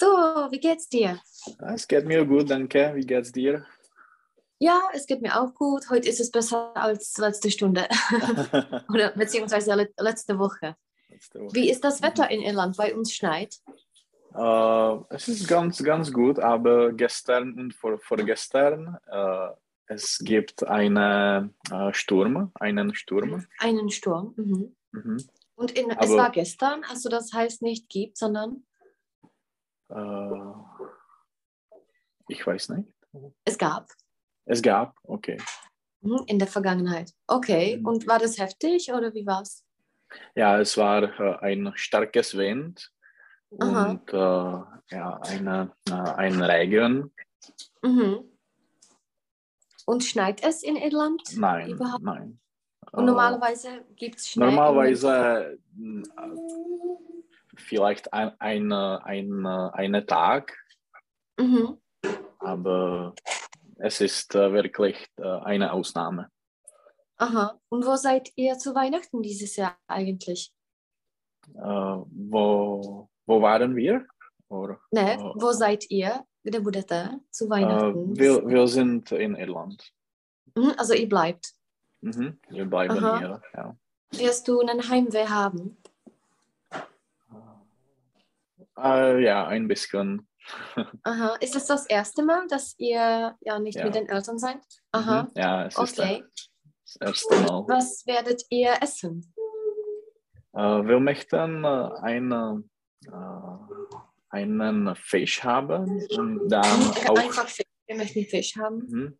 Hallo, wie geht's dir? Ah, Es geht mir gut, danke. Wie geht's dir? Ja, es geht mir auch gut. Heute ist es besser als letzte Stunde oder beziehungsweise le- letzte Woche. Letzte Woche. Wie ist das Wetter in Irland? Bei uns schneit. Äh, es ist ganz, ganz gut, aber gestern und vor, vorgestern äh, es gibt einen äh, Sturm, einen Sturm. Einen Sturm. Mhm. Mhm. Und in, es Aber- war gestern, also das heißt nicht gibt, sondern Äh, ich weiß nicht. es gab Es gab, okay. mhm. in der Vergangenheit. Okay, Mhm. und war das heftig oder wie war's? Ja, es war äh, ein starkes Wind Aha. und äh, ja, eine, äh, ein Regen. Mhm. Und schneit es in Irland? Nein, Überhaupt- nein. Und Äh, normalerweise gibt es Schnee. im Normalerweise mh, vielleicht ein, ein, äh, ein, eine Tag, Winter. Mhm. aber es ist äh, wirklich äh, eine Ausnahme. Aha. Und wo seid ihr zu Weihnachten dieses Jahr eigentlich? Äh, Wo, wo waren wir? Oder, Ne, Oh. wo seid ihr? Kde budete zu äh, Weihnachten? wir, wir sind in Irland. Mhm, also ihr bleibt. Mhm. Wir bleiben Aha. hier. Ja. Wirst du einen Heimweh haben? Äh, ja, ein bisschen. Aha. Ist es das erste Mal, dass ihr ja nicht Ja. mit den Eltern seid? Aha. Mhm. Ja, es ist Okay. das erste Mal. Was werdet ihr essen? Äh, wir möchten äh, eine, äh, einen Fisch haben und dann auch Einfach Fisch. Wir möchten Fisch haben. Mhm.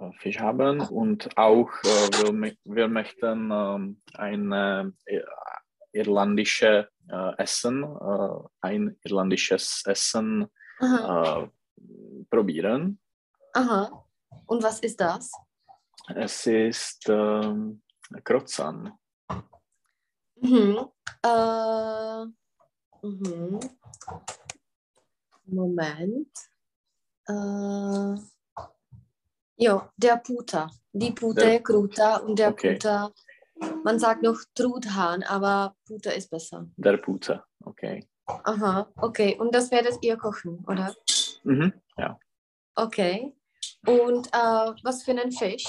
Äh, Fisch haben und auch äh, wir, mö- wir möchten ähm, ein äh, ir- irlandische äh, Essen, äh, ein irlandisches Essen Aha. äh, probieren. Aha. Und was ist das? Es ist ähm, Krotzan. Mhm. Äh, mhm. Moment. Äh, jo, der Puta. Die Pute, Der- Kruta und der Okay. Puta. Man sagt noch Truthahn, aber Puta ist besser. der Pute. Okay. Aha, okay. Und das werdet ihr kochen, oder? Mhm. Ja. Okay. Und äh, was für einen Fisch?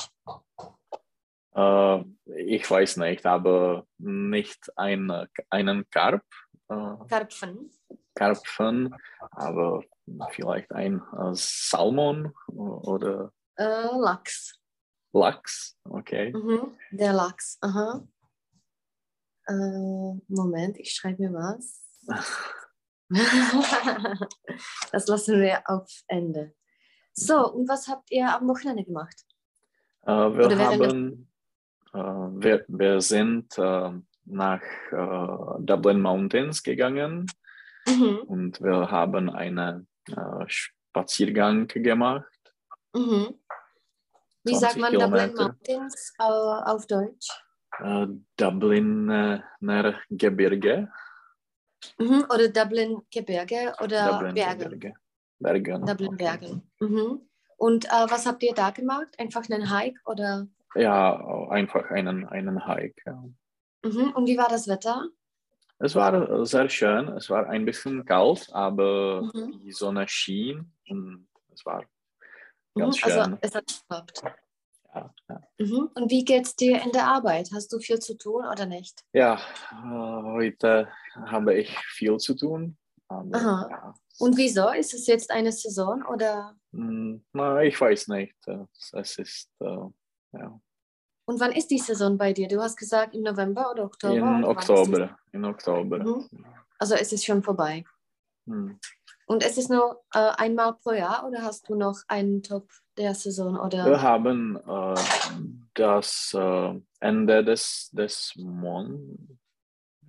Äh, ich weiß nicht, aber nicht ein, einen Karp. Äh, Karpfen. Karpfen, aber vielleicht ein äh, Salmon äh, oder Äh, Lachs. Lachs, okay. Mhm, der Lachs, aha. Äh, Moment, ich schreibe mir was. das lassen wir auf Ende. So, und was habt ihr am Wochenende gemacht? Äh, wir Oder wer denn das- haben, äh, wir, wir sind äh, nach äh, Dublin Mountains gegangen Mhm, und wir haben einen äh, Spaziergang gemacht. mhm. Wie 20 sagt man Dublin Kilometer. Mountains äh, auf Deutsch? Äh, Dubliner Gebirge. Mhm, oder Dublin Gebirge oder Dublin Berge? Gebirge. ne? Bergen. Dublin okay. Berge. Mhm. Und äh, was habt ihr da gemacht? Einfach einen Hike oder? Ja, einfach einen, einen Hike. Ja. Mhm. Und wie war das Wetter? Es war äh, sehr schön, es war ein bisschen kalt, aber Mhm. die Sonne schien und es war Mhm, ganz Also schön. es hat geklappt. Ja, ja. Mhm. Und wie geht's dir in der Arbeit? Hast du viel zu tun oder nicht? ja äh, heute habe ich viel zu tun. Aber, Aha. ja, Und wieso? Ist es jetzt eine Saison oder? mm, na, ich weiß nicht, äh, es ist äh, ja, Und wann ist die Saison bei dir? Du hast gesagt im November oder Oktober? in oder wann ist Oktober. In Oktober. die- Mhm. Also es ist schon vorbei. Hm. Und es ist nur äh, einmal pro Jahr oder hast du noch einen Top der Saison oder? Wir haben äh, das äh, Ende des, des Mon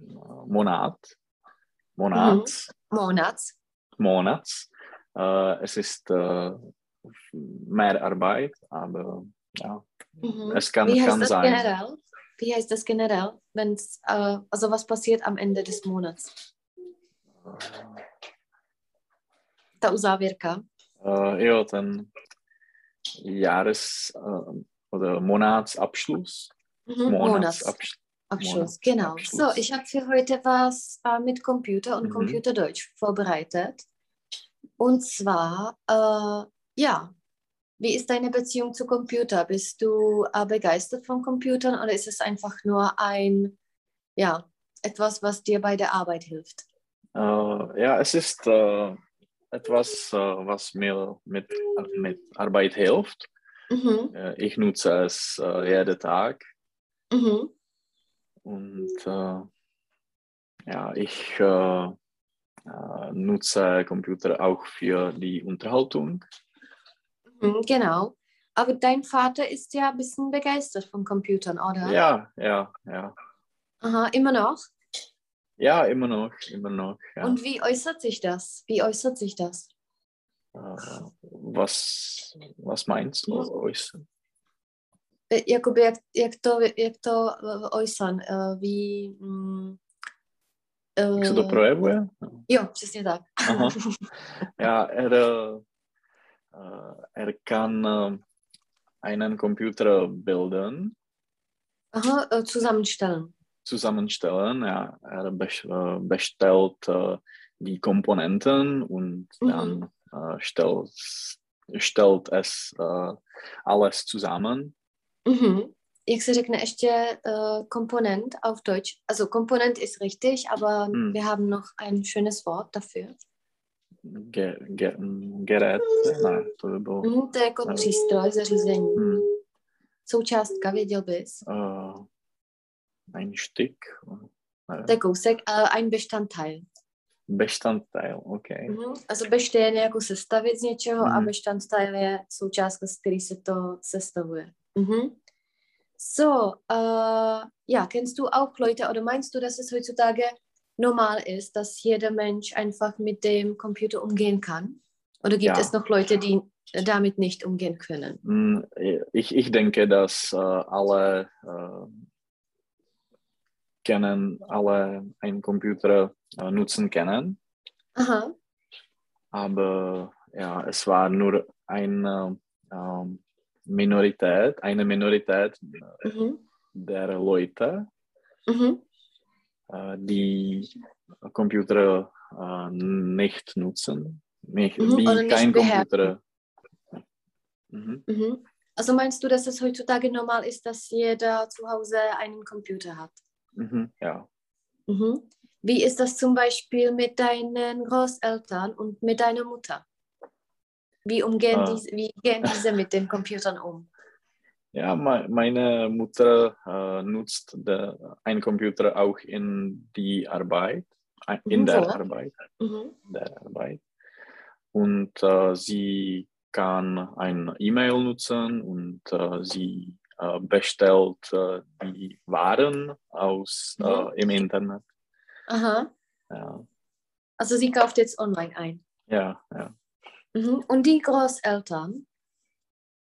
eh, Monat, Monats. Monats? Monats. Äh, es ist äh, mehr Arbeit, aber ja, Mhm. es kann, Wie heißt kann das sein. generell? Wie heißt das generell, wenn's äh, also was passiert am Ende des Monats? Ta uzávěrka. Äh, ja, dann Jahres- äh, oder Monatsabschluss. Mhm. Monatsabschluss. Abschluss, genau. Monatsabschluss. So, ich habe für heute was äh, mit Computer und Mhm. Computerdeutsch vorbereitet. Und zwar, äh, ja, wie ist deine Beziehung zu Computer? Bist du äh, begeistert von Computern oder ist es einfach nur ein, ja, etwas, was dir bei der Arbeit hilft? Äh, ja, es ist äh, etwas, äh, was mir mit, mit Arbeit hilft. Mhm. Äh, Ich nutze es äh, jeden Tag Mhm. und äh, ja, ich äh, äh, nutze Computer auch für die Unterhaltung. Mhm, genau. Aber dein Vater ist ja ein bisschen begeistert von Computern, oder? Ja, ja, ja. Aha, immer noch? Ja, immer noch, immer noch. Ja. Und wie äußert sich das? Wie äußert sich das? Äh, was, was meinst du? Also, Äußern? E, Jakoby jak, jak, to, jak to e, ojsan, e, ví... mm, Jak se e, to projevuje? Jo, přesně tak. Aha. Ja, er, äh, äh, er kann äh, einen Computer bilden, Aha, e, zusammenstellen. zusammenstellen. Ja, er bes- äh, bestellt äh, die Komponenten und Mhm. dann äh, stellt, stellt es äh, alles zusammen. Mhm. Jak se řekne ještě äh, Komponent auf Deutsch? Also Komponent ist richtig, aber Hm. wir haben noch ein schönes Wort dafür. Ge, ge, mm, Gerät, ne, to by bylo. Mhm, to je jako Ano. přístroj, zařízení. Hm, Součástka, věděl bys? äh, ein Stück, ne, To je kousek, äh, ein Bestandteil. Bestandteil, okay. Mhm. Also Bestehen je jako sestavit z něčeho a Mhm. Bestandteil je součástka, z který se to sestavuje. Mhm. So, äh, ja, kennst du auch Leute oder meinst du, dass es heutzutage normal ist, dass jeder Mensch einfach mit dem Computer umgehen kann? Oder gibt Ja. es noch Leute, die damit nicht umgehen können? Mm, Ich, ich denke, dass äh, alle äh, kennen, alle einen Computer äh, nutzen können, Aha, aber ja, es war nur eine ähm, Minorität, eine Minorität mhm. der Leute, Mhm. äh, die Computer äh, nicht nutzen, nicht, Mhm, die oder nicht kein beherrschen. Computer. Mhm. Mhm. Also meinst du, dass es heutzutage normal ist, dass jeder zu Hause einen Computer hat? Mhm. Ja. Mhm. Wie ist das zum Beispiel mit deinen Großeltern und mit deiner Mutter? Wie umgehen Ah. die, wie gehen diese mit den Computern um? Ja, me- meine Mutter äh, nutzt de, einen Computer auch in die Arbeit, ein- in Mhm, der so. Arbeit, Mhm. der Arbeit. Und äh, sie kann ein E-Mail nutzen und äh, sie äh, bestellt äh, die Waren aus Mhm. äh, im Internet. Aha. Ja, Also sie kauft jetzt online ein. ja, ja. Mhm. Und die Großeltern?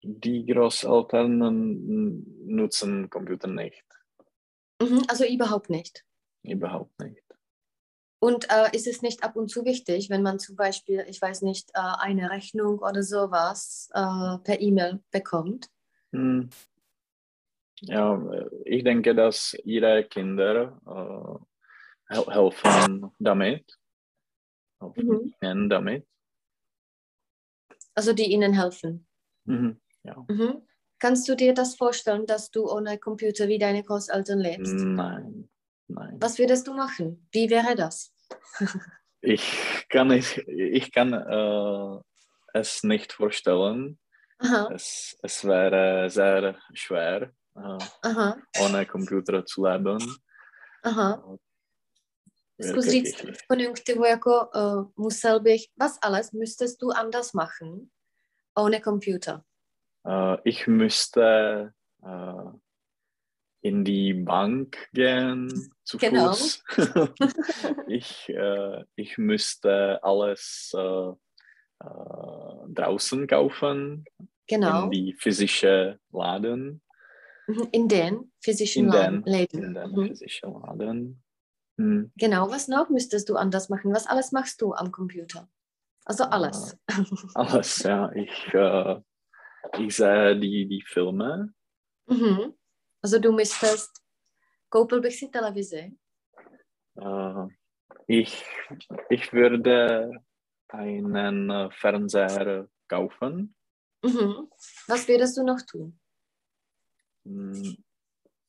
Die Großeltern n- nutzen Computer nicht, Mhm. Also überhaupt nicht. überhaupt nicht. Und äh, ist es nicht ab und zu wichtig, wenn man zum Beispiel, ich weiß nicht, äh, eine Rechnung oder sowas äh, per E-Mail bekommt? Hm. Ja, äh, ich denke, dass ihre Kinder äh, hel- helfen damit, helfen Mhm. ihnen damit. Also die ihnen helfen. Mhm. Mhm. Kannst du dir das vorstellen, dass du ohne Computer wie deine Großeltern lebst? Mhm. Nein, nein. Was würdest du machen? Wie wäre das? Ich kann, ich, ich kann äh, es nicht vorstellen. Aha, Es, es wäre sehr schwer, äh, aha, ohne Computer zu leben. aha. Äh, Zkus Wirklich. říct v konjunktivu jako uh, musel bych, was alles müsstest du anders machen ohne Computer? Äh, ich müsste äh, in die Bank gehen, zu Genau. Fuß. ich, äh, ich müsste alles äh, äh, draußen kaufen, Genau, in die physische Laden. Mhm, in den physischen In Laden. den, Läden. in den Mhm. physischen Laden. Hm. Genau, was noch müsstest du anders machen? Was alles machst du am Computer? Also Ah. alles. Alles, ja. Ich, äh, ich sehe die, die Filme. Mhm. Also du müsstest, koupil bych si televizi, Äh, ich, ich würde einen äh, Fernseher kaufen. Mhm. Was würdest du noch tun? Hm,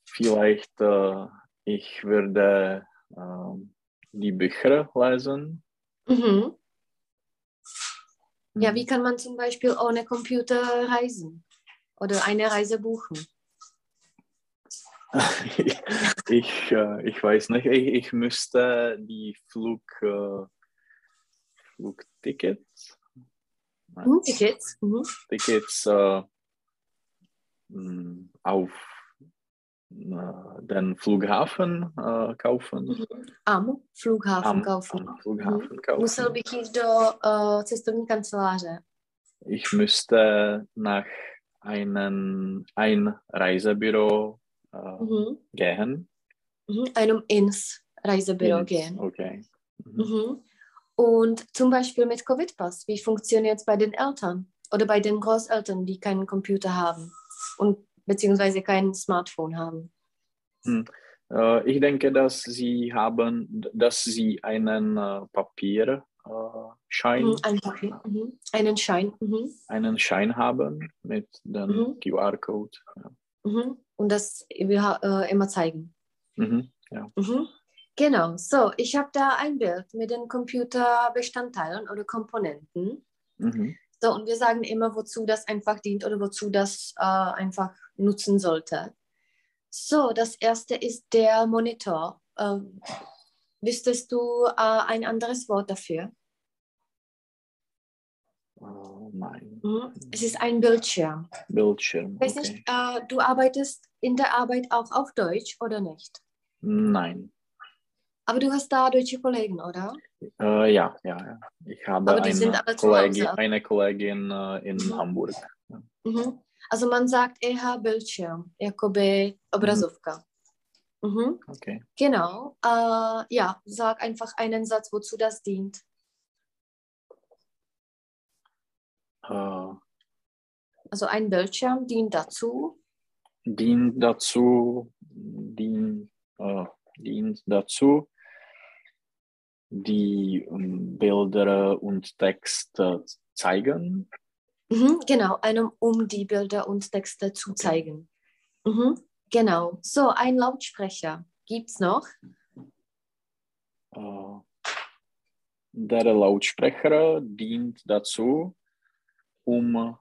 Vielleicht äh, ich würde ähm, die Bücher lesen. Mhm. Ja, Hm, wie kann man zum Beispiel ohne Computer reisen oder eine Reise buchen? Hm, ich, äh, ich weiß nicht, ich, ich müsste die Flug, äh, Flugtickets, Nein, Hm, Tickets? Mhm. Tickets äh, mh, auf äh, den Flughafen äh, kaufen. Am Mhm. Flughafen Am, kaufen. Mhm. am Flughafen kaufen. Musel bych jít do uh, cestovní kanceláře. Ich müsste nach einem ein Reisebüro äh, Mhm. gehen. Mhm. Einem ins Reisebüro gehen. Okay. Mhm. Mhm. Und zum Beispiel mit Covid-Pass, wie funktioniert es bei den Eltern oder bei den Großeltern, die keinen Computer haben und beziehungsweise kein Smartphone haben? Äh, ich denke, dass sie haben, dass sie einen äh, Papierschein, äh, Schein- Mhm. Ein Papier. Mhm. Einen Schein. Mhm. einen Schein haben mit dem Mhm. QR-Code. Ja. Mhm. Und das wir, ha- äh, immer zeigen. Mhm. Ja. Mhm. Genau, so, ich habe da ein Bild mit den Computerbestandteilen oder Komponenten. Mhm. So, und wir sagen immer, wozu das einfach dient oder wozu das äh, einfach nutzen sollte. So, das erste ist der Monitor. Ähm, wüsstest du äh, ein anderes Wort dafür? Oh, nein. Mhm. Es ist ein Bildschirm. Bildschirm. Ich weiß Okay. nicht, äh, du arbeitest in der Arbeit auch auf Deutsch oder nicht? Nein. Aber du hast da deutsche Kollegen, oder? Äh, ja, ja, ja. Ich habe Aber die sind eine, alle zu Kollegi Hause. eine Kollegin äh, in Mhm. Hamburg. Mhm. Also man sagt eher Bildschirm, jakoby obrazovka. Mhm. Okay. Genau. Äh, ja, sag einfach einen Satz, wozu das dient. Äh, Also ein Bildschirm dient dazu. dient dazu, dient, äh, dient dazu, die ähm, Bilder und Texte zeigen. Mhm. Genau, einem, um die Bilder und Texte zu zeigen. Mhm. Genau. So, ein Lautsprecher. Gibt's noch? Äh, der Lautsprecher dient dazu, um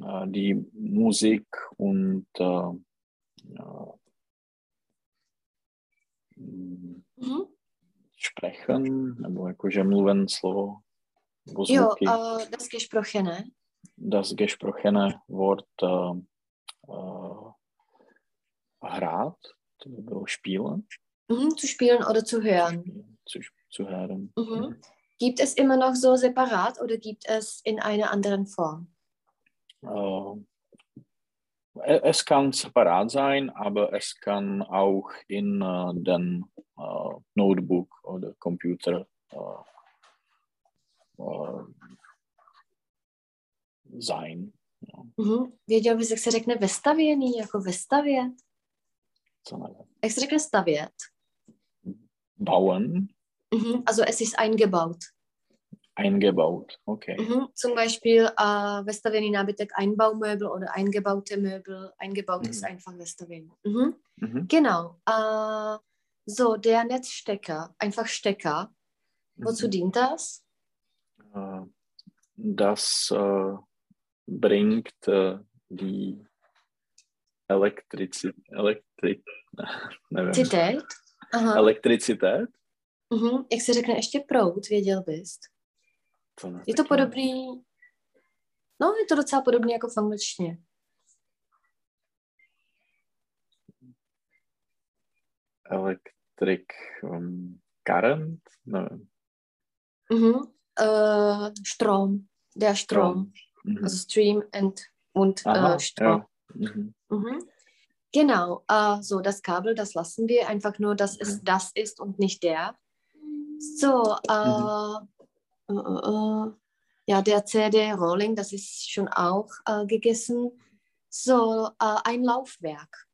äh, die Musik und äh, äh, mm, Mhm. sprechen, nebo jakože mluven slovo, nebo Jo, zvuky, äh, das Gesprochene. das gesprochene Wort äh, äh, hrát, to by bylo spielen, Mhm. Zu spielen oder zu hören. zu, zu hören. Mhm. Gibt es immer noch so separat oder gibt es in einer anderen Form? Äh, es kann separat sein, aber es kann auch in äh, den äh, Notebook oder Computer äh, äh, sein. Mhm. Věděl bys, jak se řekne vestavěný, jako vestavět? Co nevím. Jak se řekne stavět? Bauen, Mhm. Also es ist eingebaut. eingebaut. Okay. Mhm. Zum Beispiel äh, vestavěný nábytek, Einbaumöbel oder eingebaute Möbel. Eingebaut Mhm. ist einfach vestavěný. Mhm. Mhm. Genau. Äh, so, der Netzstecker, einfach Stecker. Wozu dient das? Äh, Das äh, bringt äh, die Elektrizi Elektri nevím. Citet. Aha. elektricität. Mhm. Jak se řekne ještě proud, věděl bys? To ne- Je to taky podobný, no je to docela podobný jako v angličtině. Electric um, current? Nevím. Mhm. Äh, Strom, der Strom, Strom. Mhm. also Stream and, und Aha, äh, Strom. ja. Mhm. Mhm. Genau, äh, so das Kabel, das lassen wir einfach nur, dass es Mhm. das ist und nicht der. So, äh, Mhm. äh, äh, ja, der CD-Rolling, das ist schon auch äh, gegessen. So, äh, ein Laufwerk.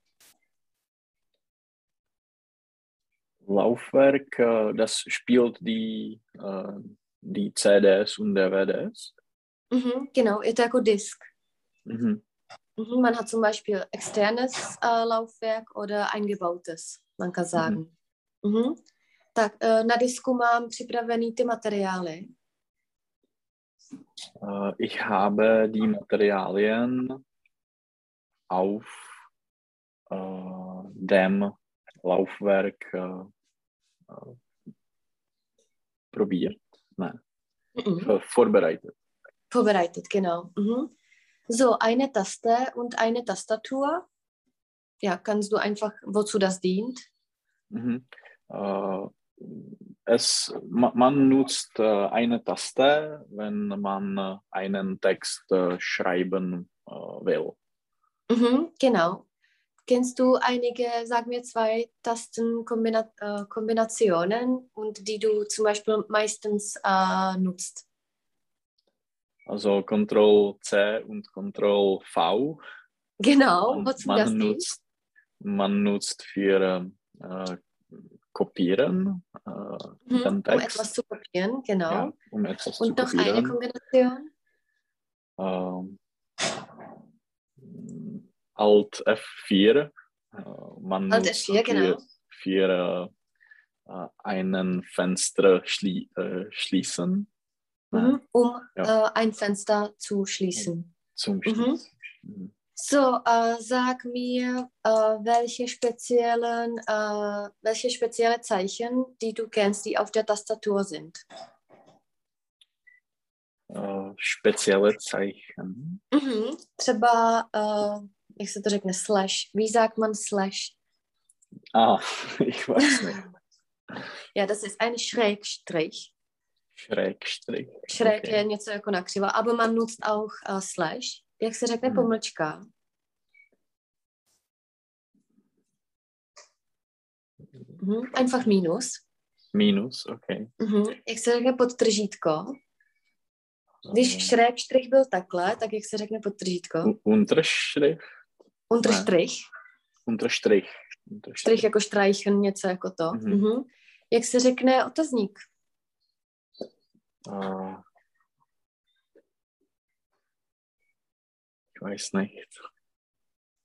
eh, Laufwerk, äh, das spielt die äh, die CDs und DVDs? Mhm, genau, ist jako Disk. Mhm. Mhm, man hat zum Beispiel externes äh, Laufwerk oder eingebautes, man kann sagen. Mhm. Tak eh, na disku mám připravený ty materiály. Äh, ich habe die Materialien auf äh, dem Laufwerk äh, äh, probiert, Mhm. äh, vorbereitet. Vorbereitet, genau. Mhm. So, eine Taste und eine Tastatur. Ja, kannst du einfach, wozu das dient? Mhm. Äh, es, ma- man nutzt äh, eine Taste, wenn man äh, einen Text äh, schreiben äh, will. Mhm, genau. Kennst du einige, sag mir zwei Tastenkombinationen äh, Kombinationen und die du zum Beispiel meistens äh, nutzt? Also Ctrl C und Ctrl V. Genau, Man- wozu das man, dient? Äh, nutzt, man nutzt für äh, Kopieren äh, Mhm, den um Text, etwas zu kopieren, genau. ja, um etwas zu und noch eine kopieren. Kombination? Ähm, Alt F4. Äh, man Alt nutzt F4, für, genau. für äh, äh, einen Fenster schlie äh, schließen. Nein, Mhm, um Ja. äh, ein Fenster zu schließen. zum Mhm. Schließen. Mhm. So, äh, sag mir, äh, welche speziellen, äh, welche spezielle Zeichen, die du kennst, die auf der Tastatur sind. Äh, spezielle Zeichen. Mhm. Třeba, äh, jak se to řekne, slash. Wie sagt man slash? Ah, ich weiß nicht. Ja, das ist ein Schrägstrich. Schrägstrich. Schräg Okay. je něco jako nakřiva, aber man nutzt auch äh, slash. Jak se řekne Mhm. pomlčka? Mhm. Einfach minus. Minus, okay. Mhm. Jak se řekne podtržítko? Když Ähm, Schrägstrich byl takhle, tak jak se řekne podtržítko? Äh, U- Unterstrich, Unterstrich. Unterstrich. Strich Unterstrich. jako štrajchen, něco jako to. Mhm. Mhm. Jak se řekne otazník? Äh, ich weiß nicht.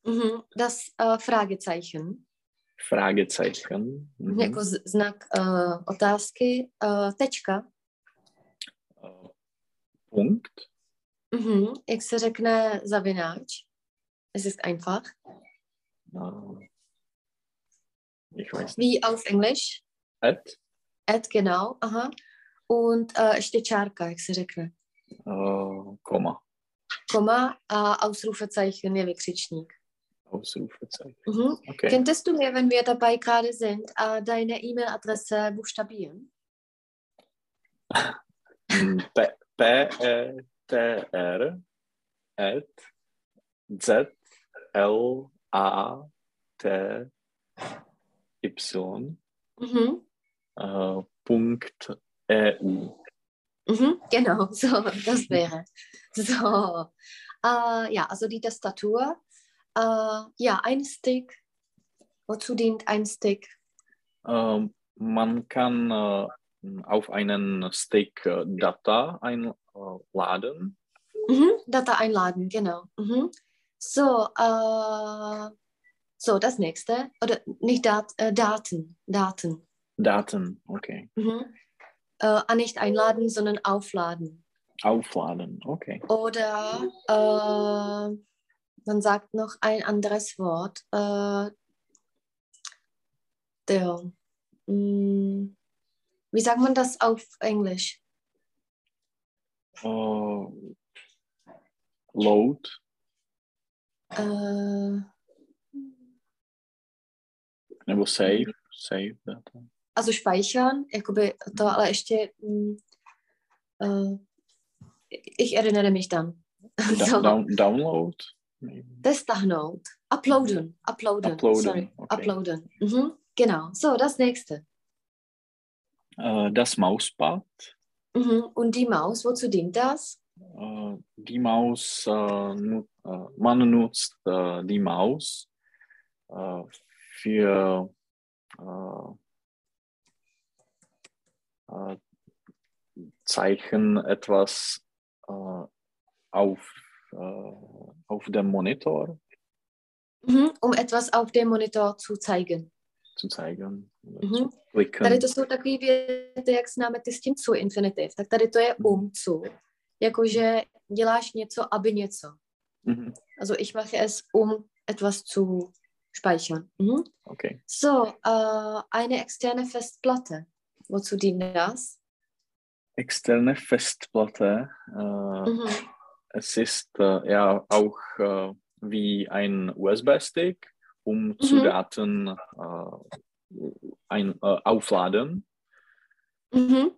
Mhm. Das uh, Fragezeichen, Fragezeichen. mhm. Mhm. jako z- znak uh, otázky, uh, tečka. Äh, Punkt. Mhm. Jak se řekne zavináč? Es ist einfach. Äh, ich weiß nicht. Wie auf Englisch? At. Ad, genau. Aha. Und uh, ještě čárka, jak se řekne. Äh, Komma. Koma a Ausrufezeichen je vykřičník. Ausrufezeichen. Mhm. Okay. Könntest du mir, wenn wir dabei gerade sind, äh, deine E-Mail-Adresse buchstabieren? Mm, P, P E T R at Z L A T Y Mhm. äh, Punkt E, EU. Mhm, genau, so, das wäre. So, äh, ja, also die Tastatur. Äh, ja, ein Stick. Wozu dient ein Stick? Ähm, man kann äh, auf einen Stick äh, Data äh, einladen. Mhm, Data einladen, genau. Mhm. So, äh, so, das nächste. Oder nicht Dat äh, Daten. Daten. Daten, okay. Mhm. Äh, ah, nicht einladen, sondern aufladen. Aufladen, okay. Oder äh, man sagt noch ein anderes Wort. Äh, der, mm, wie sagt man das auf Englisch? Äh, load, Äh, nebo save, save data. also speichern, jakoby to ale ještě... Mm, äh, ich erinnere mich dann. Da, down, download. maybe. Das Stahnout. Uploaden. Uploaden. Uploaden, Sorry. okay. Uploaden. Mhm, genau. So, das nächste. Äh, das Mauspad. Mhm. Und die Maus, wozu dient das? Äh, die Maus, äh, nu, äh, man nutzt äh, die Maus äh, für äh, äh, Zeichen etwas äh, auf, äh, auf dem Monitor Mhm, um etwas auf dem Monitor zu zeigen. zu zeigen. oder Mhm. Zu klicken. Tady to jsou takové věty, jak známe ty s tím co infinitiv, tak tady to je um zu. Jakože děláš něco, aby něco. Mhm. Also ich mache es, um etwas zu speichern. Mhm. Okay. So, äh, eine externe Festplatte. Wozu dient das? Externe Festplatte. Äh, Mhm. Es ist äh, ja auch äh, wie ein USB-Stick, um zu Mhm. Daten äh, ein, äh, aufladen. Mhm.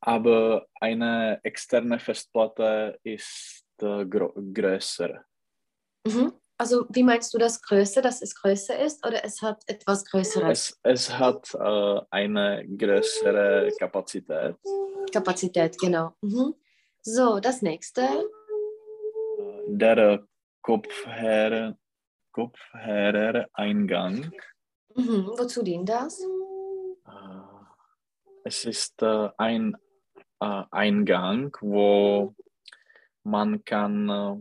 Aber eine externe Festplatte ist äh, gro- größer. Mhm. Also wie meinst du das Größe, dass es größer ist oder es hat etwas größere Es, es hat äh, eine größere Kapazität. Kapazität? Genau. Mhm. So, das nächste. Der Kopfhörer, Kopfhörereingang. Mhm. Wozu dient das? Äh, es ist äh, ein äh, Eingang, wo man kann äh,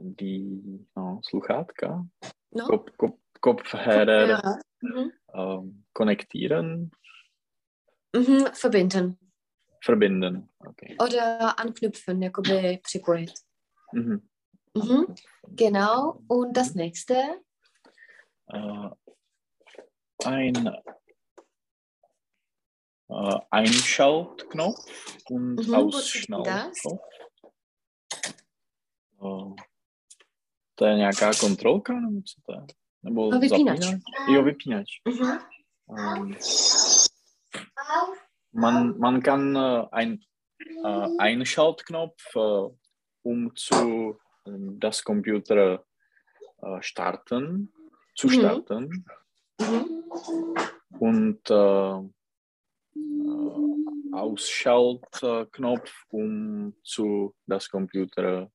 die no, Sluchátka, No? Kop, Kop, Kopfhörer Ja. Mhm. äh, konnektieren, Mhm. Verbinden verbinden. Okay. oder anknüpfen, jakoby připojit. Mhm. Mhm. Genau. Und das nächste. Äh, ein äh, Einschaltknopf und Mhm, wo drückt man das? Ausschaltknopf. Äh, to je nějaká kontrolka, nebo co to je? Nebo No, vypínač. zapínač? Jo, vypínač. Mhm. Ähm, man, man kann äh, ein äh, Einschaltknopf, äh, um zu äh, das Computer äh, starten, zu Mhm. starten Mhm. und äh, äh, Ausschaltknopf, um zu das Computer,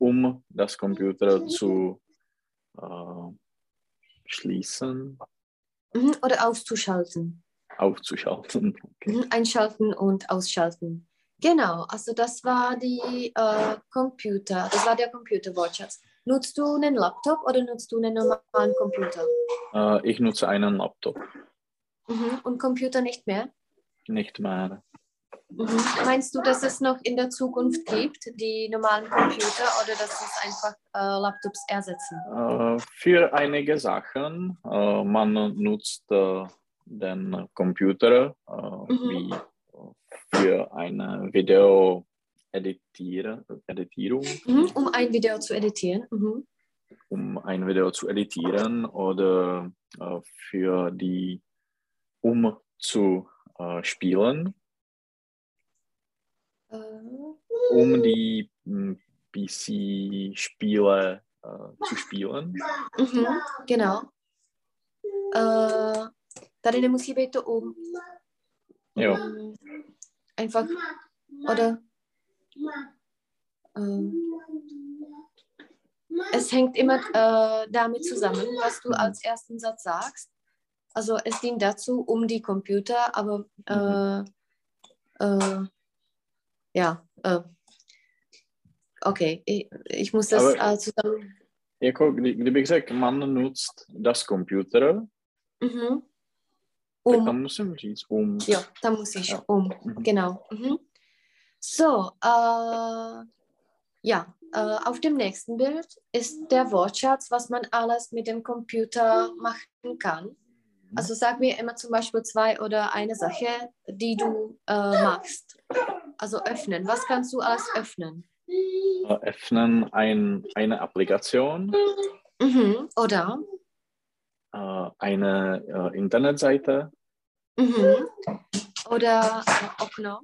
um das Computer zu äh, schließen, Mhm. Oder auszuschalten. aufzuschalten. Okay. Mhm, Einschalten und ausschalten. Genau, also das war die äh, Computer, das war der Computerwortschatz. Nutzt du einen Laptop oder nutzt du einen normalen Computer? Äh, ich nutze einen Laptop, Mhm. Und Computer nicht mehr? nicht mehr. Mhm. Meinst du, dass es noch in der Zukunft gibt, die normalen Computer, oder dass es einfach äh, Laptops ersetzen? Äh, für einige Sachen. Äh, man nutzt äh, den Computer äh, wie äh, für eine Video-Editierung, Editierung, Mhm. Um ein Video zu editieren. Mhm. um ein Video zu editieren oder äh, für die, um zu äh, spielen, Äh, um die mh, PC-Spiele äh, zu spielen. mhm. Genau. Äh, tady nemusí být to um. Jo. Mm, Einfach, oder? Ähm, es hängt immer äh, damit zusammen, was du Mhm. als ersten Satz sagst. Also es dient dazu, um die Computer, aber äh, äh, ja, äh, okay, ich, ich muss das Aber- äh, zusammen. Jako kdy, kdybych řekl, man nutzt das Computer, Mhm. Tak Um, tam musím říct um. ja, da muss ich Ja. um. Mhm. Genau. Mhm. So, äh, ja, äh, auf dem nächsten Bild ist der Wortschatz, was man alles mit dem Computer machen kann. Also sag mir immer zum Beispiel zwei oder eine Sache, die du äh, machst. Also öffnen. Was kannst du alles öffnen? Äh, Öffnen ein, eine Applikation, Mhm. Oder? äh, eine äh, Internetseite, Mhm. Oder äh, Okno,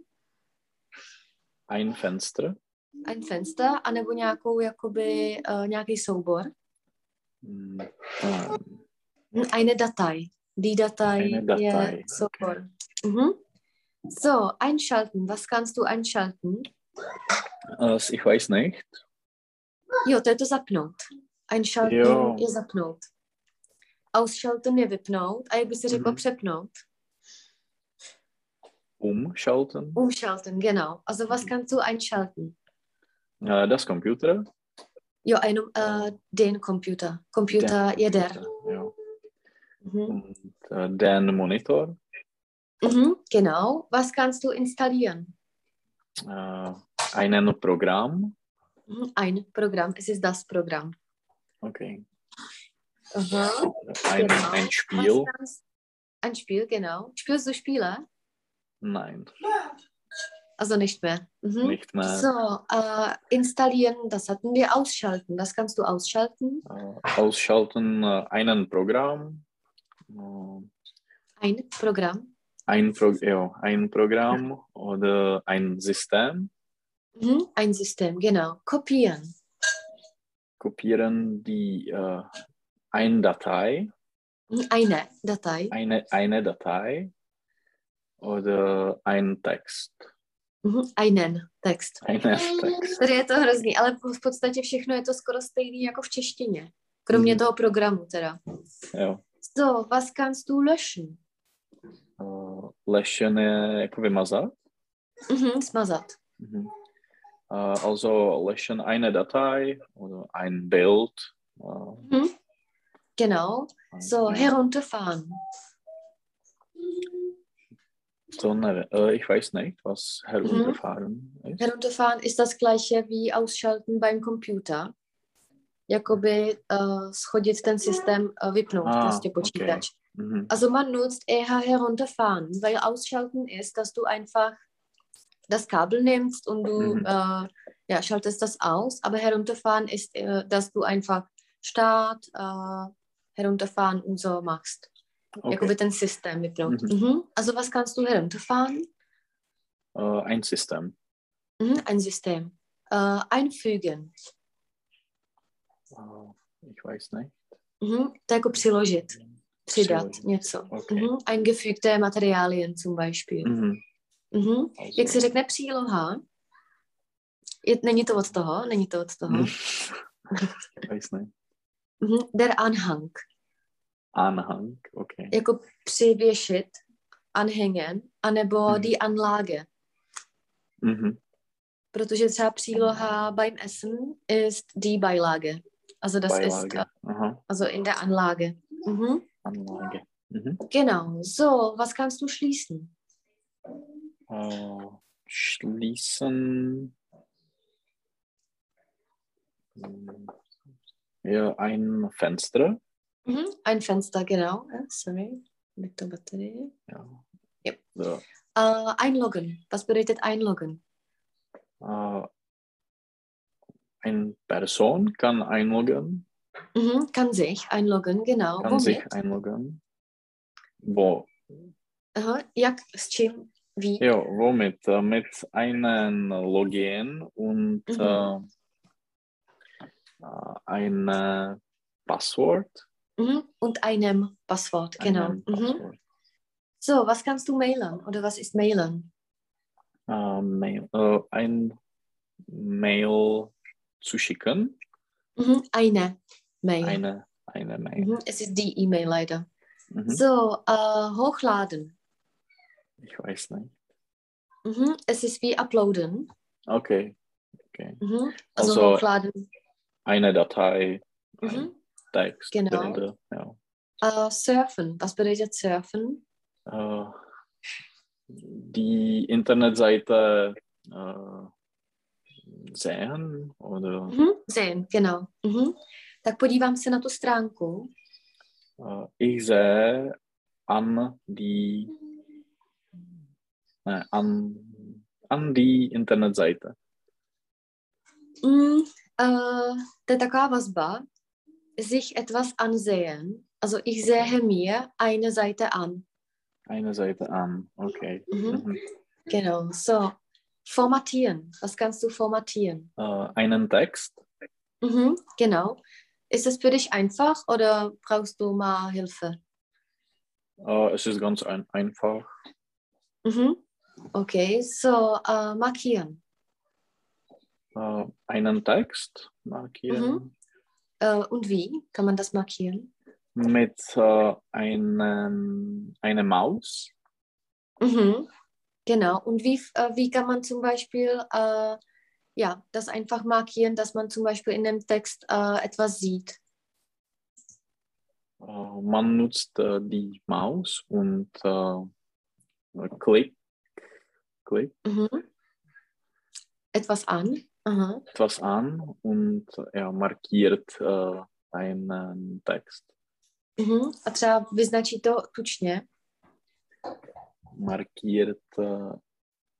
ein Fenster, ein Fenster, anebo nějakou, jakoby, äh, nějaký soubor. mh, äh, Mm, Eine Datei. Die Datei, Eine Datei, je soubor. Mhm. So, einschalten. Was kannst du einschalten? äh, ich weiß nicht. Jo, to je to zapnout. Einschalten Jo. je zapnout. Ausschalten je vypnout. A jak by se řeklo Mhm. přepnout? Umschalten? Umschalten, genau. Also Mhm. was kannst du einschalten? Äh, das Computer? Jo, einem, äh, den Computer. Computer, jeder. Ja. Mhm. Und äh, den Monitor? Mhm, genau. Was kannst du installieren? Äh, einen Programm? Mhm, ein Programm. Es ist das Programm. Okay. Aha. Ein, Genau. ein Spiel? Was kannst, ein Spiel, genau. Spielst du Spiele? Nein, Also nicht mehr. Mhm. nicht mehr. So, äh, installieren, das hatten wir. Ausschalten, das kannst du ausschalten. Äh, ausschalten äh, einen Programm? Äh, Ein Programm. ein, Pro ja, ein Programm oder ein System? Mhm. Ein System, genau. Kopieren. Kopieren die äh, ein Datei? Mhm, Eine Datei. eine, eine Datei oder ein Text. Mhm. Einen text. Einen Text. Tady je to hrozný, ale v podstatě všechno je to skoro stejný jako v češtině. Kromě Mhm. toho programu teda. Jo. So, was kannst du löschen? Eh, Löschen je jako vymazat. Mhm, smazat. Mhm. Eh, Also löschen eine Datei oder ein Bild. eh, Mhm. Genau. So, ein- herunterfahren. So, ne, eh, ich weiß nicht, was Mhm. herunterfahren ist. Herunterfahren ist das gleiche wie ausschalten beim Computer. Jakoby uh, schodit ten systém, uh, vypnout Ah, prostě počítač. Mhm. Also man nutzt eher herunterfahren, weil ausschalten ist, dass du einfach das Kabel nimmst und du Mhm. äh, ja, schaltest das aus. Aber herunterfahren ist, äh, dass du einfach Start, äh, herunterfahren und so machst. Jako Okay. by ten systém vypnout. Mhm. Mhm. Also was kannst du herunterfahren? Eh, Ein System. Mhm, ein System. Äh, einfügen. Eh, Ich weiß nicht. Mhm. To je jako přiložit, přidat Přiložit. něco. Okay. Mhm. Eingefügte Materialien zum Beispiel. Mhm. Mhm. Jak Also, se řekne příloha? Je, není to od toho, není to od toho. Mhm. weiß nicht. Mhm. Der Anhang, Anhang, okay. jako přivěšit anhängen, anebo Mhm. die Anlage, Mhm. protože třeba příloha beim Essen ist die Beilage. Also das ist, Beilage. Aha, also in der Anlage. Mhm. Anlage. Mhm. Genau, so, was kannst du schließen? Äh, schließen. Hm. Ja, ein Fenster. Mhm. Ein Fenster, genau. Ja, sorry, mit der Batterie. Ja. Yep. So, Äh, einloggen, was bedeutet einloggen? äh, eine Person kann einloggen, Mhm, kann sich einloggen, genau. kann Womit? sich einloggen. Wo? Aha, jak, z čím, wie? Ja, womit? Äh, Mit einem Login und Mhm. äh, äh, ein äh, Passwort. Mhm. Und einem Passwort, genau. Einem Mhm. Passwort. So, was kannst du mailen oder was ist mailen? äh, Mail, äh, ein Mail zu schicken. Mhm. Eine Mail. Eine, eine Mail. Mhm. Es ist die E-Mail leider. Mhm. So, äh, hochladen. Ich weiß nicht. Mhm. Es ist wie uploaden. Okay, okay. Mhm. Also, Also- hochladen. Eine Datei, ein Mhm. Text, Genau. Bilder. Ja. Äh, surfen. Was bedeutet surfen? Äh, die Internetseite äh, sehen oder Mhm. Sehen, genau. Mhm. Tak podívám se na tu stránku. äh, ich sehe an die ne, an, an die Internetseite. Mm, äh, to je taková vazba, sich etwas ansehen. Also ich sehe mir eine Seite an. Eine Seite an. Okay. Mhm. Mhm. Genau, so. Formatieren. Was kannst du formatieren? äh, einen Text. Mhm, genau. Ist es für dich einfach oder brauchst du mal Hilfe? Äh, es ist ganz ein, einfach. Mhm. Okay, so äh, markieren. Äh, einen Text markieren Äh, und wie kann man das markieren? mit äh, einem, einer Maus. Mhm. Genau. Und wie, äh, wie kann man zum Beispiel äh, ja, das einfach markieren, dass man zum Beispiel in dem Text äh, etwas sieht? Äh, Man nutzt die Maus und äh, Klick. Klick. Mhm. Etwas an. Aha. etwas an und ja, markiert äh, einen Text. Mhm. A třeba vyznačí to tučně. Markiert, äh,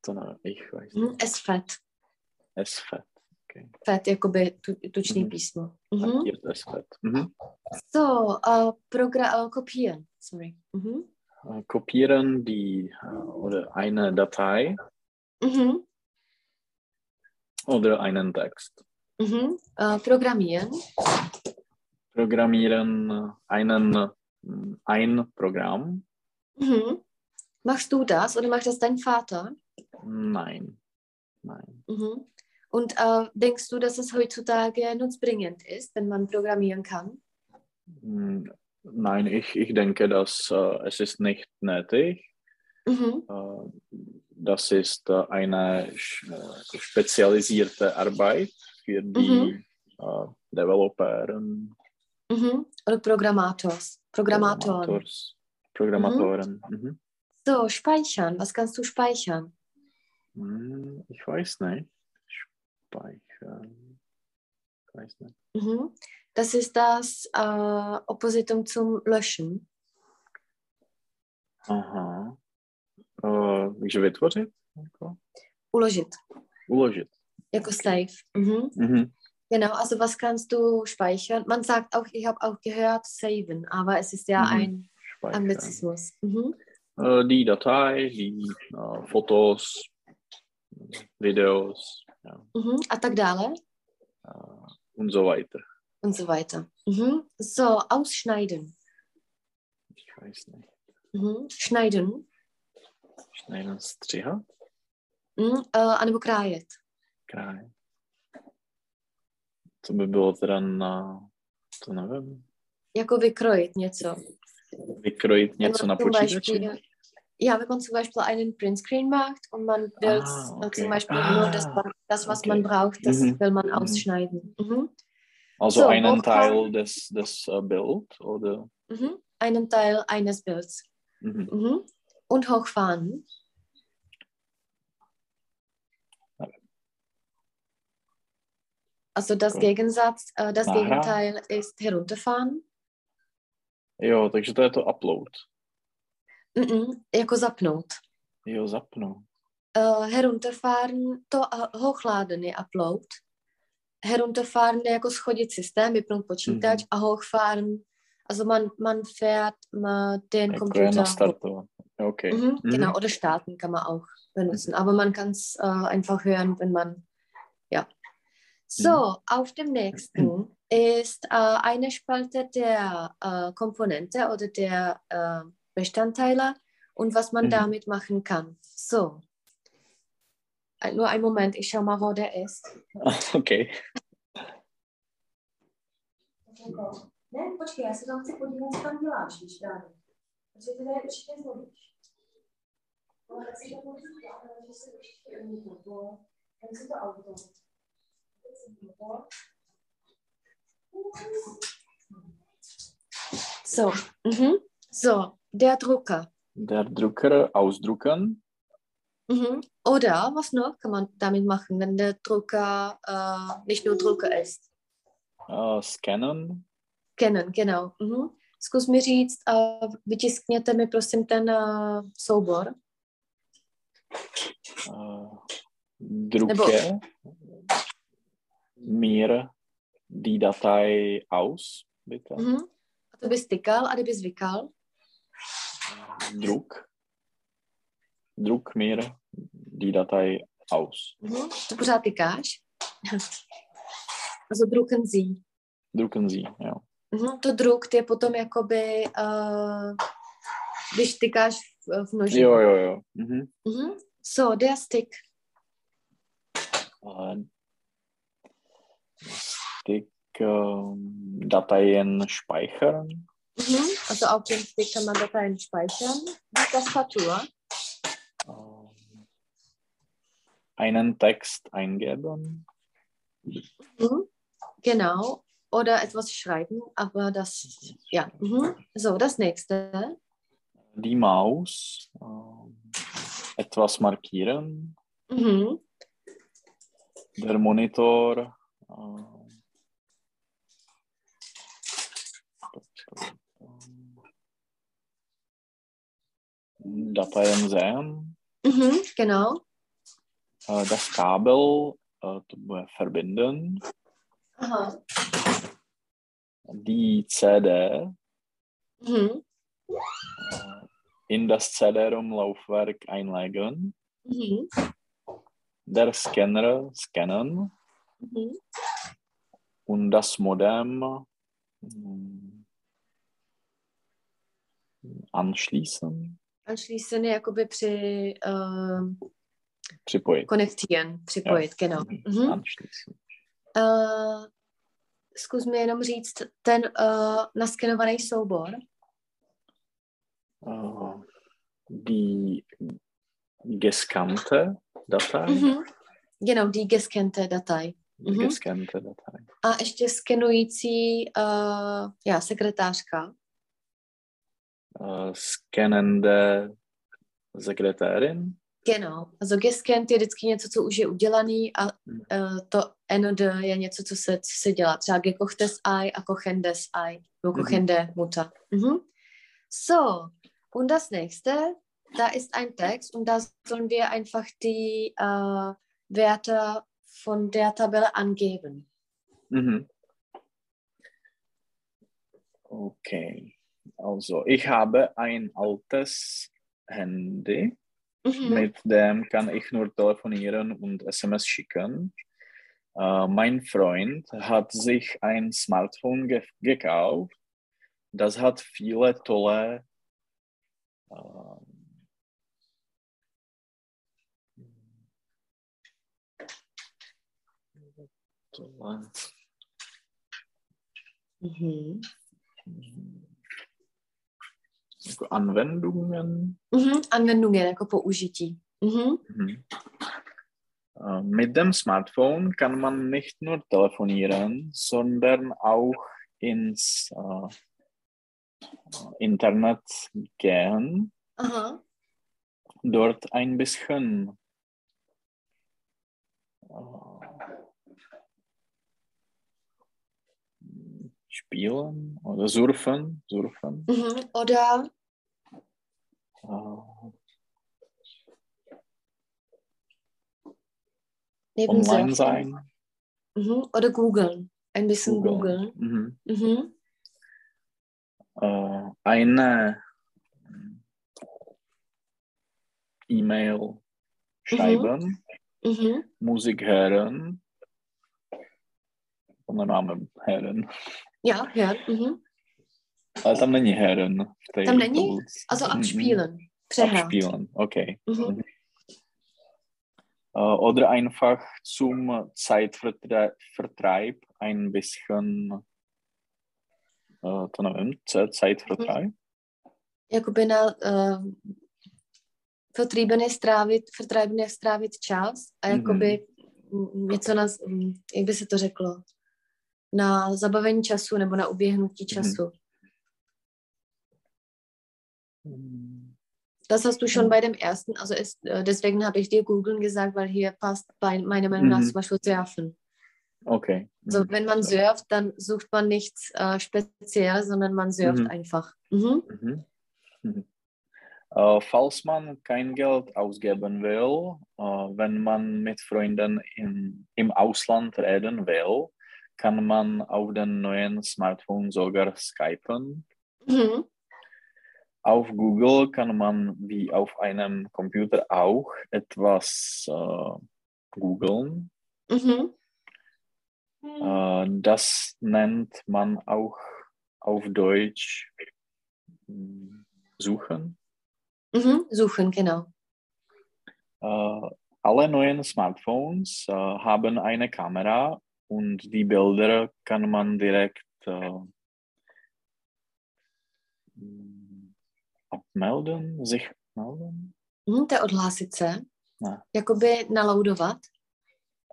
to ne, ich weiß Mhm. nicht, Es fett. es fett. Okay. Fett, jakoby tu, tučný Mhm. písmo. Mhm. Markiert es fett. Mhm. So, äh, progra- äh, kopieren. Sorry. Mhm. Äh, kopieren die äh, oder eine Datei Mhm. oder einen Text. Mhm. Äh, programmieren. Programmieren äh, einen, äh, ein Programm? Mhm. Machst du das oder macht das dein Vater? Nein. Nein. Mhm. Und äh, denkst du, dass es heutzutage nutzbringend ist, wenn man programmieren kann? Mm, Nein, ich, ich denke, dass äh, es ist nicht nötig. Mhm. Äh, Das ist äh, eine sch- äh, spezialisierte Arbeit für die äh, Developer, ähm, Mhm. Oder Programmators. Programmatoren. Programmators, Programmatoren. Mhm. So, speichern. Was kannst du speichern? Hm, Ich weiß nicht. Speichern. Ich weiß nicht. Mhm. Das ist das äh, Oppositum zum Löschen. Aha. Äh, Takže vytvořit? Jako? Uložit. Uložit. Jako Save. Mhm. Mhm. Genau, also was kannst du speichern? Man sagt auch, ich habe auch gehört, saven, aber es ist ja Mhm. ein Speichern. Anglizismus. Mhm. Äh, Die Datei, die äh, Fotos, Videos ja, Mhm. A tak dále äh, und so weiter. und so weiter. Mhm. So, ausschneiden. Ich weiß nicht. Mhm. Schneiden. Schneiden střihat? Mhm. Äh, anebo krájet. Kraj. To by bylo teda na, to nevím, Jako vykrojit něco. vykrojit něco Wenn na man zum počítači? Beispiel, ja, wenn man zum Beispiel einen Printscreen macht und man will Ah, äh, okay. zum Beispiel Ah, nur das, das was okay. man braucht, das Mhm. will man Mhm. ausschneiden. Mhm. Also So, einen hochfahren. Teil des, des äh, Bild oder? Mhm. Einen Teil eines Bilds. Mhm. Mhm. Und hochfahren. Also das Cool. Gegensatz, äh, das Aha. Gegenteil ist herunterfahren. Jo, takže to je to upload. Mhm. Jako zapnout. Jo, zapnu. Äh, herunterfahren, to äh, hochladen je upload. Herunterfahren je jako schodit systém, vypnout počítač Mhm. a hochfahren, also man, man fährt mal den Jako je Computer hoch. nastartovat. OK. Mhm, Mhm. Genau, oder starten kann man auch benutzen, aber man kann es äh, einfach hören, wenn man, ja. So, auf dem nächsten ist äh, eine Spalte der äh, Komponente oder der äh, Bestandteile und was man Mhm. damit machen kann. So, Ein- nur einen Moment, ich schau mal, wo der ist. OK. Jako, Ne, počkej, já se tam chci podívat, co tam děláš, víš, právě. Protože ty tady určitě zvolíš. Ale tak si to můžu dělat, že se určitě umí nebo, tam si to auto. So, mhm. so, der Drucker. Der Drucker ausdrucken. Mhm. Oder was noch kann man damit machen, wenn der Drucker äh, nicht nur Drucker ist? Äh, scannen. Canon, genau. Mhm. Zkus mi říct, uh, vytiskněte mi prosím ten uh, soubor. Äh, drucke mir die Datei aus, bitte. Mhm. A to bys tykal a kdyby zvykal. Druck. Druck mir die Datei aus. Mhm. To pořád tykáš. also drucken Sie. Drucken Sie, ja. Mhm. To drukt je potom jakoby, uh, když tykáš v, v množí. Jo, jo, jo. Mhm. Mhm. So, der Stick. Äh, Stick, ähm, Dateien speichern. Mhm. Also auf dem Stick kann man Dateien speichern. Die Tastatur. Ähm, einen Text eingeben. Mhm. Genau. Oder etwas schreiben, aber das, ja. Mhm. So, das nächste. Die Maus ähm, etwas markieren. Mhm. Der Monitor. ähm, Dateien sehen. Mhm. Genau. Äh, das Kabel äh, verbinden. Aha. Die CD Mhm. in das CD-ROM-Laufwerk einlegen. Mhm. Der Scanner scannen. Mhm. und das Modem mm, anschließen, Anschließend jakoby při uh, připojen. konektieren, připojit, Jo. genau. Mhm. Mhm. Anschließen. Uh, zkus mi jenom říct ten uh, naskenovaný soubor. Äh, die gescannte Datei, Mhm. Genau, die gescannte Datei. die Mhm. gescannte Datei, A ještě skenující uh, já, sekretářka. äh, scannende Sekretärin, Genau. Also gescant no. je vždycky něco, co už je udělaný a uh, to ND je něco, co se, co se dělá. Třeba gekochtes ai a kochendes ai. Nebo Mhm. kochende muta. Mhm. So, und das nächste, da ist ein Text und da sollen wir einfach die uh, Werte von der Tabelle angeben. Mhm. Okay, also ich habe ein altes Handy. Mhm. Mit dem kann ich nur telefonieren und SMS schicken. Äh, mein Freund hat sich ein Smartphone ge gekauft. Das hat viele tolle ähm, tolle Mhm. jako Anwendungen. Mhm. Anwendungen jako použití. Mhm. Mhm. Äh, Mit dem Smartphone kann man nicht nur telefonieren, sondern auch ins äh, Internet gehen, Aha. dort ein bisschen äh, spielen oder surfen, surfen. Mhm. Oder äh, neben Surfen. Online sein, Mhm. Oder googeln. Ein bisschen googeln. googeln. Mhm. Mhm. äh, eine ähm, E-Mail schreiben, Mhm. Musik hören, von der Name hören. Ja, ja. Mhm. Ale tam není hören. V té Tam není? tabulce. Also Mhm. abspielen. Přehrát. Abspielen, okay. Mhm. Mm-hmm. Äh, oder einfach zum Zeitvertreib ein bisschen äh, to nevím, Ze- Zeitvertreib. Jakoby na uh, vertriebené strávit, vertriebené strávit čas a Mhm. jakoby mm, něco na, z- mm, jak by se to řeklo, na zabavení času nebo na uběhnutí Mhm. času. Das hast du schon Mhm. bei dem ersten, also ist, äh, deswegen habe ich dir googeln gesagt, weil hier passt bei meiner Meinung nach Mhm. zum Beispiel surfen. Okay. Mhm. Also wenn man surft, dann sucht man nichts äh, speziell, sondern man surft Mhm. einfach. Mhm. Mhm. Mhm. Äh, falls man kein Geld ausgeben will, äh, wenn man mit Freunden im, im Ausland reden will, kann man auf dem neuen Smartphone sogar skypen. Mhm. Auf Google kann man wie auf einem Computer auch etwas äh, googeln. Mhm. Äh, das nennt man auch auf Deutsch mm, suchen. Mhm. Suchen, genau. Äh, alle neuen Smartphones äh, haben eine Kamera und die Bilder kann man direkt äh, m, abmelden, sich melden. Mhm. To je odhlásit se. Ne. Jakoby naloudovat.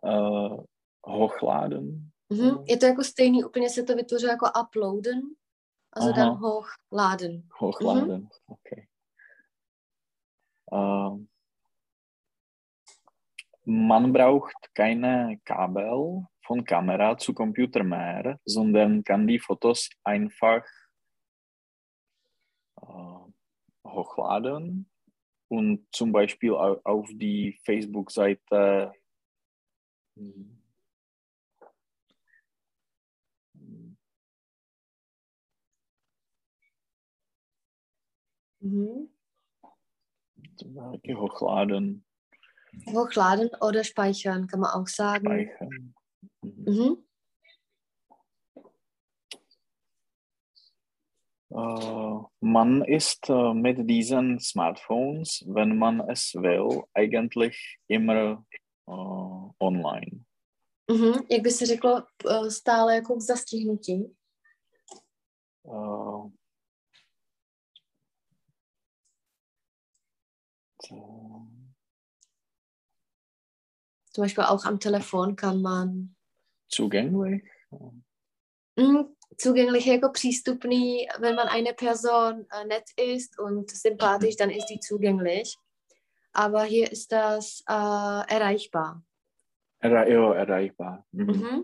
Uh, hochladen. Mhm. Je to jako stejný, úplně se to vytvořilo jako uploaden a Aha. zadám hochladen. Hochladen. Okay. Uh, man braucht keine Kabel von Kamera zu Computer mehr, sondern kann die Fotos einfach äh, hochladen und zum Beispiel au- auf die Facebook-Seite hm, Mhm. to war taky hochladen Hochladen oder speichern, kann man auch sagen. speichern. Mhm. Mhm. Äh, man ist äh, mit diesen Smartphones, wenn man es will, eigentlich immer äh, online. Mhm. Jak by se řeklo, eh, stále jako k zastihnutí. Äh, so. Zum Beispiel auch am jako Telefon kann man zugänglich? Mhm, zugänglich jako přístupný, wenn man eine Person äh, nett ist und sympathisch, dann ist die zugänglich. Aber hier ist das äh, erreichbar. Erre jo, erreichbar. Mhm. Mhm.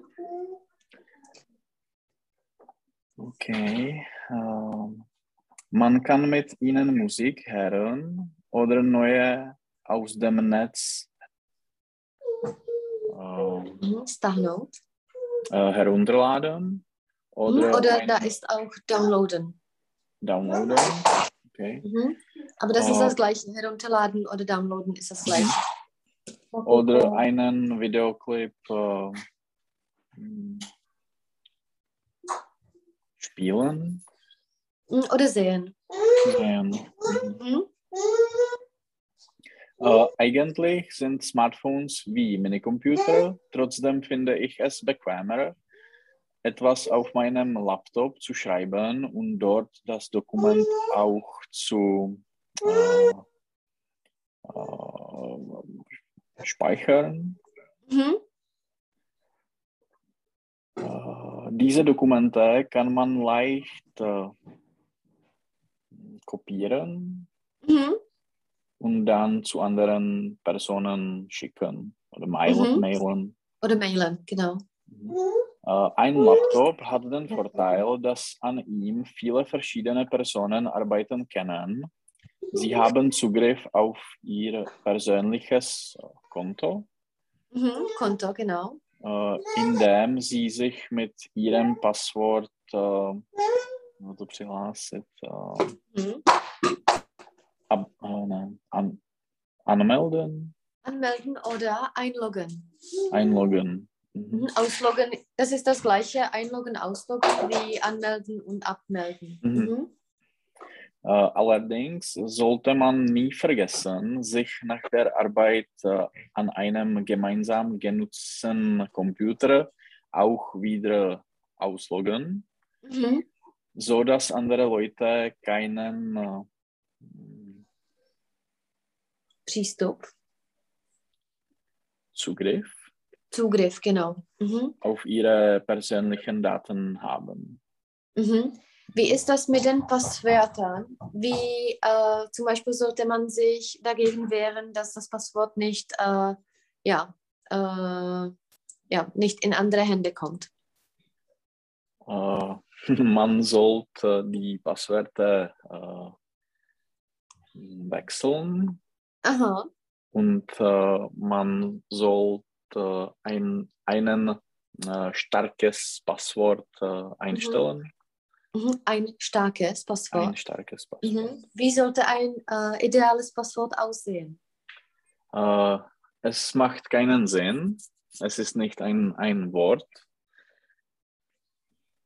Okay. Ähm, man kann mit ihnen Musik hören oder neue aus dem Netz ähm, Mhm. Stahnout. äh, herunterladen Oder, oder, Mhm. oder ein- Hmm, da ist auch downloaden. downloaden. Okay. Mhm. Aber das ist Äh. das gleiche. Herunterladen oder downloaden ist das gleiche. Oder einen Videoclip äh, hm, spielen. Mhm, oder sehen. Ähm, Mhm. äh, eigentlich sind Smartphones wie Minicomputer, trotzdem finde ich es bequemer, etwas auf meinem Laptop zu schreiben und dort das Dokument auch zu äh, äh, speichern. Mhm. Äh, diese Dokumente kann man leicht äh, kopieren Mhm. und dann zu anderen Personen schicken oder mail Mhm. mailen. Oder mailen, genau. Äh, ein Laptop hat den Vorteil, dass an ihm viele verschiedene Personen arbeiten können. Sie haben Zugriff auf ihr persönliches äh, Konto. Mhm. Konto, genau. äh, indem sie sich mit ihrem Passwort äh, no to přihlásit, äh, Mhm. ab, äh, ne, an, anmelden, Anmelden oder einloggen. einloggen. Mhm. Mhm, Ausloggen, das ist das gleiche, einloggen, ausloggen wie anmelden und abmelden. Mhm. Mhm. Äh, allerdings sollte man nie vergessen, sich nach der Arbeit äh, an einem gemeinsam genutzten Computer auch wieder ausloggen. Mhm. so dass andere Leute keinen äh, Přístup, Zugriff Zugriff, genau. Mhm. auf ihre persönlichen Daten haben. Mhm. Wie ist das mit den Passwörtern? Wie äh, zum Beispiel sollte man sich dagegen wehren, dass das Passwort nicht, äh, ja, äh, ja, nicht in andere Hände kommt? Äh, man sollte die Passwörter äh, wechseln Aha, und äh, man eh, sollte ein, einen äh, starkes Passwort äh, einstellen. mhm. ein starkes Passwort. Ein starkes Passwort. Mhm. Wie sollte ein äh, ideales Passwort aussehen? Äh, es macht keinen Sinn. Es ist nicht ein, ein Wort.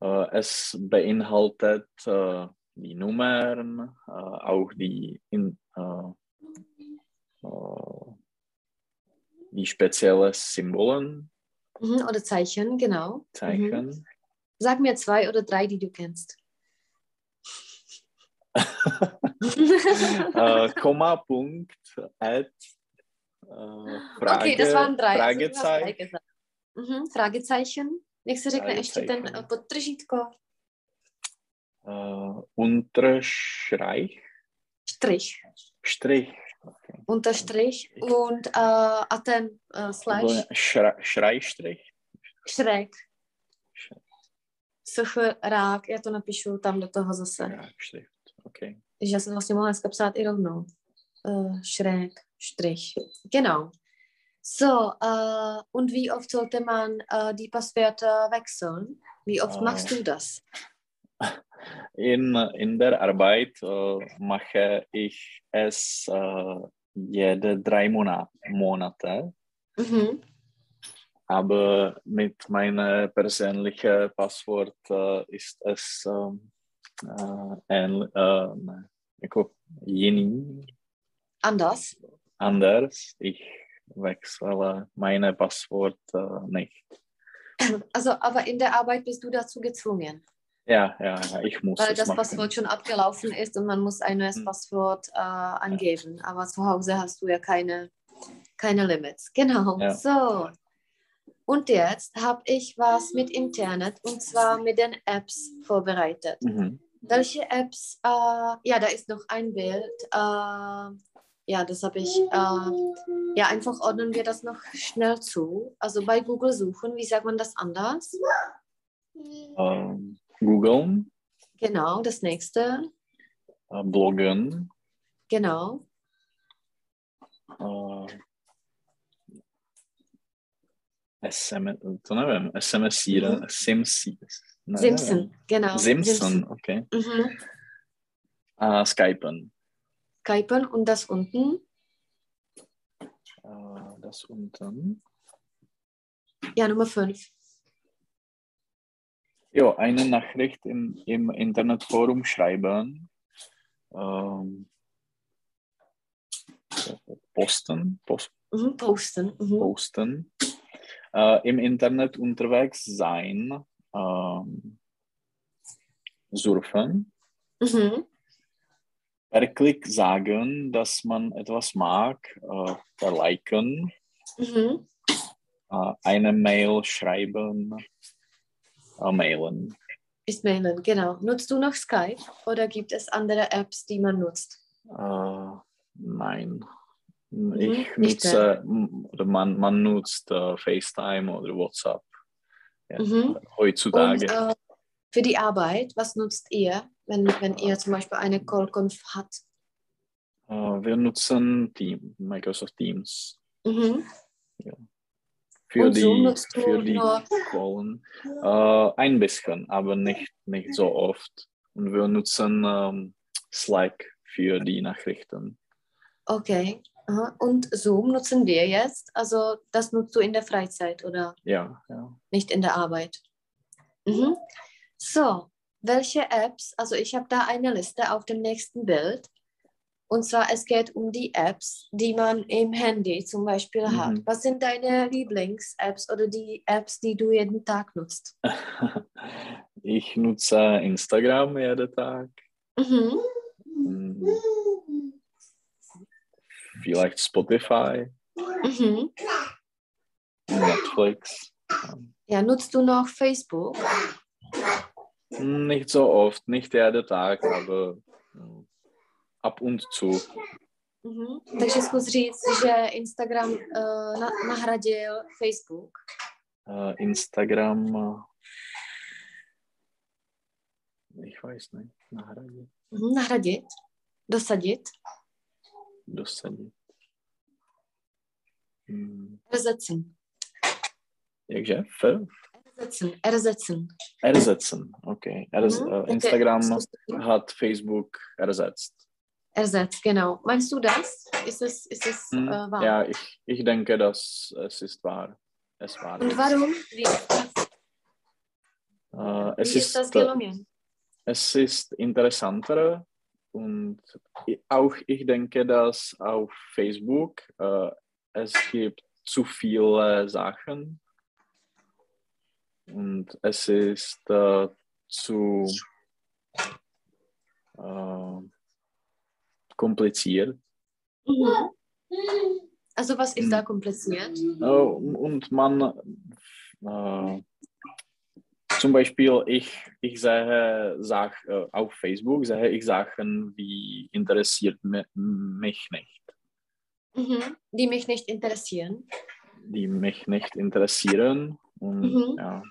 Äh, es beinhaltet äh, die Nummern, äh, auch die, in, äh, äh, die speziellen Symbolen, Mhm, oder Zeichen, genau. Mhm. Zeichen. Sag mir zwei oder drei, die du kennst. Mhm. äh, Komma, Punkt, Add, äh, Frage, okay, das waren drei. Fragezei- Also du hast drei gesagt. mhm, Fragezeichen. Nech se řekne ještě ten Fragezeichen. eh, podtržítko. äh, Unterschreich, Strich. Strich, Unterstrich und äh, a ten äh, slash, Schrei, Schreistrich, šrek. Šrek. Sch, rák, já to napíšu tam do toho zase, Schreibschrift, okay. že já jsem vlastně mohla dneska psát i rovnou. Uh, šrek, strich. Genau. So, äh, und wie oft sollte man äh, die Passwörter wechseln? Wie oft Ah. machst du das? In, in der Arbeit äh, mache ich es äh, jede drei Monat, Monate, Mhm. aber mit meinem persönlichen Passwort äh, ist es ähm, äh, ähnl, äh, ne, jako jiný, Anders? anders. Ich wechsle meine Passwort äh, nicht. Also, aber in der Arbeit bist du dazu gezwungen. Ja, ja, ja, ich muss Weil es Äh, das machen. Passwort schon abgelaufen ist und man muss ein neues Hm. Passwort äh, angeben. Aber zu Hause hast du ja keine, keine Limits. Genau. Ja. So. Und jetzt habe ich was mit Internet und zwar mit den Apps vorbereitet. Mhm. Welche Apps? Äh, ja, da ist noch ein Bild. Äh, ja, das habe ich. Äh, ja, einfach ordnen wir das noch schnell zu. Also bei Google suchen, wie sagt man das anders? Ähm, googeln, Genau, das nächste. äh, bloggen, Genau. äh, SMS, to nevím, SMS, Mhm. Simsi, ne, Simpson, genau. Simpson, okay. Mhm. A Skypen. Skypen und das unten. Äh, das unten. Ja, Nummer 5. Jo, eine Nachricht im, im Internetforum schreiben. Ähm, posten, post, Mhm. Posten. Mhm. posten, äh, im Internet unterwegs sein, ähm, surfen, Mhm. per Klick sagen, dass man etwas mag, äh, per liken, Mhm. äh, eine Mail schreiben, äh, mailen. Ist mailen, genau. Nutzt du noch Skype oder gibt es andere Apps, die man nutzt? Äh, nein. Ich Mhm, nicht nutze, m- oder man, man nutzt äh, FaceTime oder WhatsApp Ja. Mhm. Und heutzutage. äh, für die Arbeit, was nutzt ihr, wenn, wenn ihr zum Beispiel eine Callconf hat? äh, wir nutzen Team, Microsoft Teams. Mhm. Für Und die, so nutzt du für die nur- Kohlen. Äh, ein bisschen, aber nicht, nicht so oft. Und wir nutzen ähm, Slack für die Nachrichten. Okay. Aha. Und Zoom nutzen wir jetzt. Also das nutzt du in der Freizeit oder? Ja, ja. nicht in der Arbeit. Mhm. So, welche Apps? Also ich habe da eine Liste auf dem nächsten Bild. Und zwar, es geht um die Apps, die man im Handy zum Beispiel Mhm. hat. Was sind deine Lieblings-Apps oder die Apps, die du jeden Tag nutzt? Ich nutze Instagram jeden Tag. Mhm. Hm, Vielleicht Spotify, Mhm. Netflix. Ja, nutzt du noch Facebook? Hm, Nicht so oft, nicht jeden Tag, aber hm, ab und zu. Mhm. Takže zkus říct, že Instagram eh, na nahradil Facebook. Äh, Instagram. äh, Ich weiß nicht, nahradit, Mhm. Nahradit? Dosadit? dosadit. Hm, Ersetzen. Jakže? F? Ersetzen. Ersetzen. Ersetzen. Okay. Erz, Mhm. äh, Okay. Instagram Zkus to. hat Facebook ersetzt. Ersatz, genau. Meinst du das? Ist es, ist es Hm, äh, wahr? Ja, ich, ich denke, dass es ist wahr. Es war. Und warum? Wie, was, Äh, es wie ist das ist, äh, gelungen? es ist interessanter und i- auch ich denke, dass auf Facebook äh, es gibt zu viele Sachen und es ist äh, zu äh, kompliziert. Mhm. Also was ist da kompliziert? Oh, und man, äh, zum Beispiel, ich, ich sehe sag, äh, auf Facebook sehe ich Sachen, die interessiert mi- mich nicht, Mhm. Die mich nicht interessieren. die mich nicht interessieren. Und, Mhm. ja.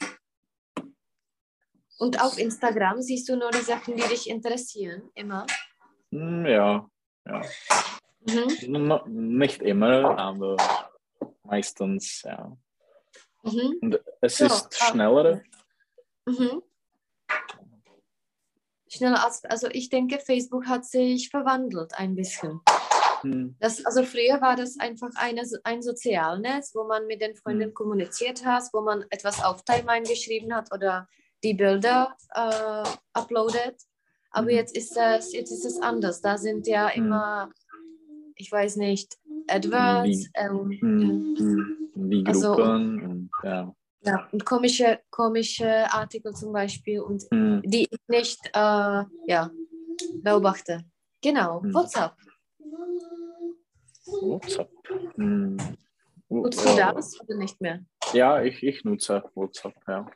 Und auf Instagram siehst du nur die Sachen, die dich interessieren, immer. Hm, ja, Mhm. N- nicht immer, aber meistens, ja. Mhm. Und es Ja, ist ah. schneller. Mhm. Schneller als, also ich denke, Facebook hat sich verwandelt ein bisschen. Hm, Das, also früher war das einfach eine, ein Sozialnetz, wo man mit den Freunden Mhm. kommuniziert hat, wo man etwas auf Timeline geschrieben hat oder die Bilder äh, uploadet. Aber Mhm. jetzt ist das, jetzt ist es anders. Da sind ja immer, ich weiß nicht, AdWords, Wie- ähm, hm, hm. Die Also- Gruppen und ja. ja, und komische, komische Artikel zum Beispiel und Hm, die ich nicht äh, ja, beobachte. Genau, Mhm. WhatsApp. WhatsApp. Hm. Nutzt du das oder nicht mehr? Ja, ich, ich nutze WhatsApp, ja.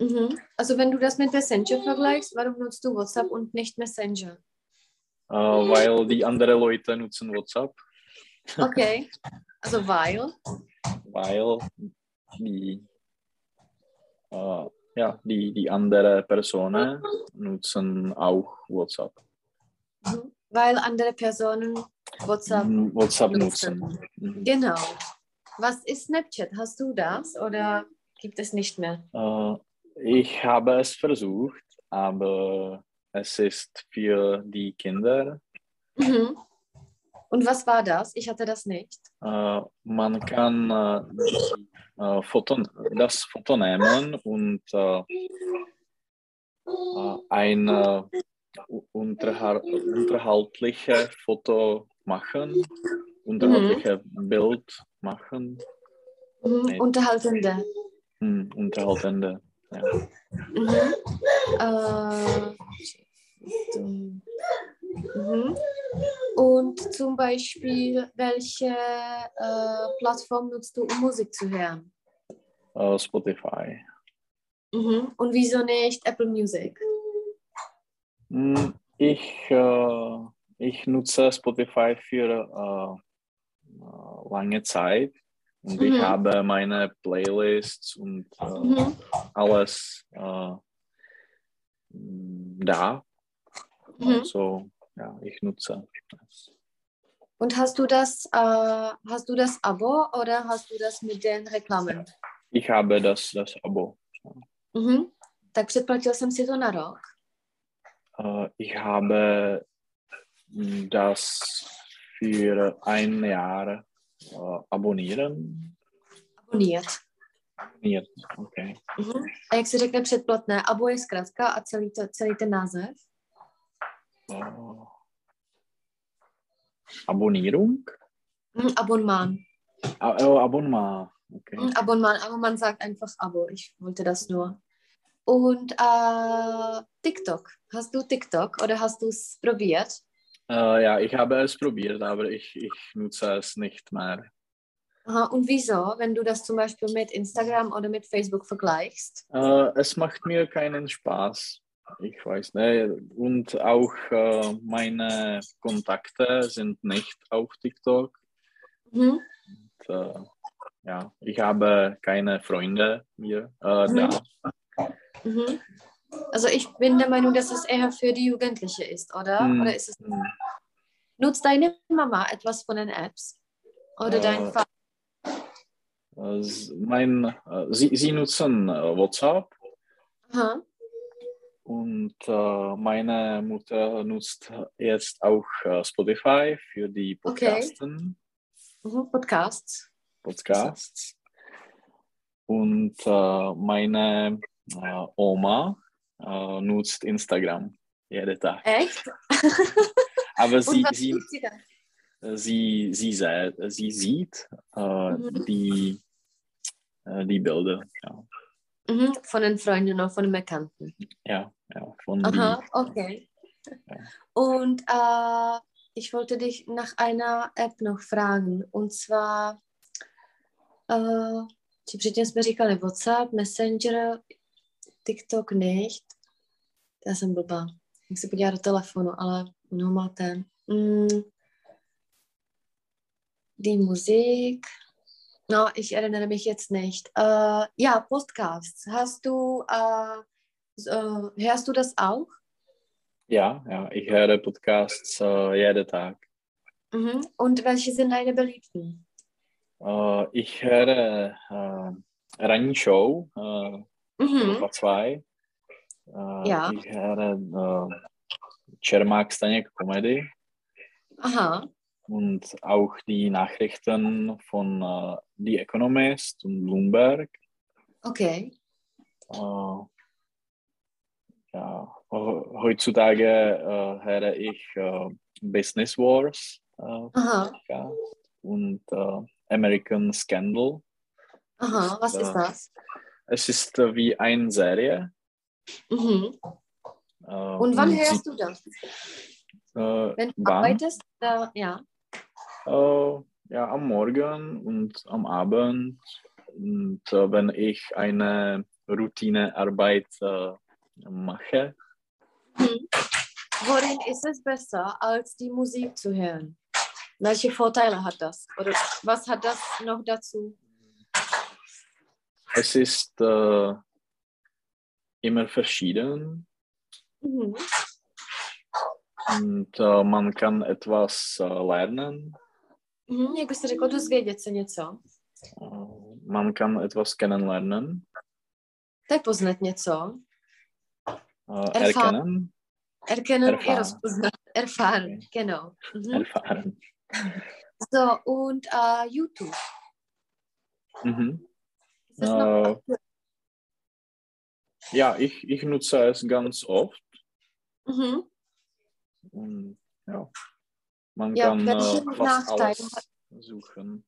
Mhm. Also wenn du das mit Messenger vergleichst, warum nutzt du WhatsApp und nicht Messenger? Äh, weil die anderen Leute nutzen WhatsApp, Okay. Also weil. weil die, äh, ja, die, die andere Personen nutzen auch WhatsApp. Mhm. Weil andere Personen WhatsApp. Mm, WhatsApp Nutzen. nutzen. Mhm. Genau. Was ist Snapchat? Hast du das oder gibt es nicht mehr? Äh, ich habe es versucht, aber es ist für die Kinder. Mhm. Und was war das? Ich hatte das nicht. Äh, man kann äh, die, äh, Foto, das Foto nehmen und äh, äh, ein äh, u- unterhal- unterhaltliche Foto machen, unterhaltliche Bild machen, Mhm. Nee. Unterhaltende. hm, unterhaltende. Ja. Mhm. Äh, ähm, mhm. Und zum Beispiel, welche äh, Plattform nutzt du, um Musik zu hören? Äh, Spotify. Mhm. Und wieso nicht Apple Music? Hm, Ich, äh, ich nutze Spotify für äh, äh, lange Zeit und ich Mhm. habe meine Playlists und äh, Mhm. alles äh, m, da. Mhm. Also, ja, ich nutze das. Und hast du das, äh, hast du das Abo oder hast du das mit den reklamen? Ich habe das, das Abo. Mhm. Tak předplatil jsem si to na rok. Äh, ich habe das für ein Jahr äh, abonnieren. Abonniert. Abonniert, okay. Mhm. A jak se řekne předplatné? Abo je zkrátka a celý, to, celý ten název? Äh, Abonnierung? Mhm. Abonmán. Ah, oh, Abonnement. Okay. Ein Abonnement, aber man sagt einfach Abo. Ich wollte das nur. Und äh, TikTok. Hast du TikTok oder hast du es probiert? Äh, ja, ich habe es probiert, aber ich, ich nutze es nicht mehr. Aha, und wieso, wenn du das zum Beispiel mit Instagram oder mit Facebook vergleichst? Äh, es macht mir keinen Spaß. Ich weiß nicht. Und auch äh, meine Kontakte sind nicht auf TikTok. Mhm. Und, äh, ja, ich habe keine Freunde mehr äh, Mhm. da. Mhm. Also ich bin der Meinung, dass es eher für die Jugendliche ist, oder? Mhm. oder ist es, Hm. nutzt deine Mama etwas von den Apps? Oder Äh, dein Vater? Äh, s- mein, äh, sie, sie nutzen äh, WhatsApp Aha. Und äh, meine Mutter nutzt jetzt auch äh, Spotify für die Okay. Podcasten, Mhm. Podcasts. Podcasts. Und äh, meine äh, Oma äh, nutzt Instagram jeden Tag. Echt? Aber Und sie, was sie, tut sie da? sie, sie, sei- sie sieht äh, Mhm. die, äh, die Bilder. Ja, Mhm. Von den Freunden oder von den Bekannten? ja, ja von Aha, die, okay. Ja. Und äh, ich wollte dich nach einer App noch fragen. Und zwar, äh, či předtím jsme říkali WhatsApp, Messenger, TikTok nicht. Já jsem blbá. Jak se podívat do telefonu, ale no má ten. Mm. Die Musik. No, ich erinnere mich jetzt nicht. Äh, ja, Podcasts. Hast du, äh, s- äh, hörst du das auch? Ja, ja, ich höre Podcasts äh, jeden Tag. Mhm. Und welche sind deine beliebten? Äh, ich höre äh, Ranní Show, äh, Mhm. Europa 2. Äh, Ja. Ich höre äh, Čermák Staněk Comedy. Aha. und auch die Nachrichten von äh, The Economist und Bloomberg. Okay. Äh, ja, he- heutzutage äh, höre ich äh, Business Wars äh, Aha. ja, und äh, American Scandal. Aha. Was ist das? Es ist äh, wie eine Serie. Mhm. Äh, Und wann hörst du das? äh, Wenn du wann? arbeitest? Äh, ja. Äh, ja, am Morgen und am Abend. Und äh, wenn ich eine Routinearbeit äh, mache, Worin ist es besser, als die Musik zu hören? Welche Vorteile hat das? Oder was hat das noch dazu? es ist äh, immer verschieden Mhm. und äh, man kann etwas äh, lernen, Mhm. Jak byste řekl, dozvědět se něco? äh, man kann etwas kennenlernen, To je poznat něco. äh, Erfahren. erkennen, Erkennen je Erfahren. rozpoznat. Erfahren, Okay. genau. Mhm. erfahren. So, und äh, YouTube. Mhm. Ist das noch Äh, Ja, ich, ich nutze es ganz oft Mhm. und ja, man Ja, kann welche äh, fast Nachteile alles suchen.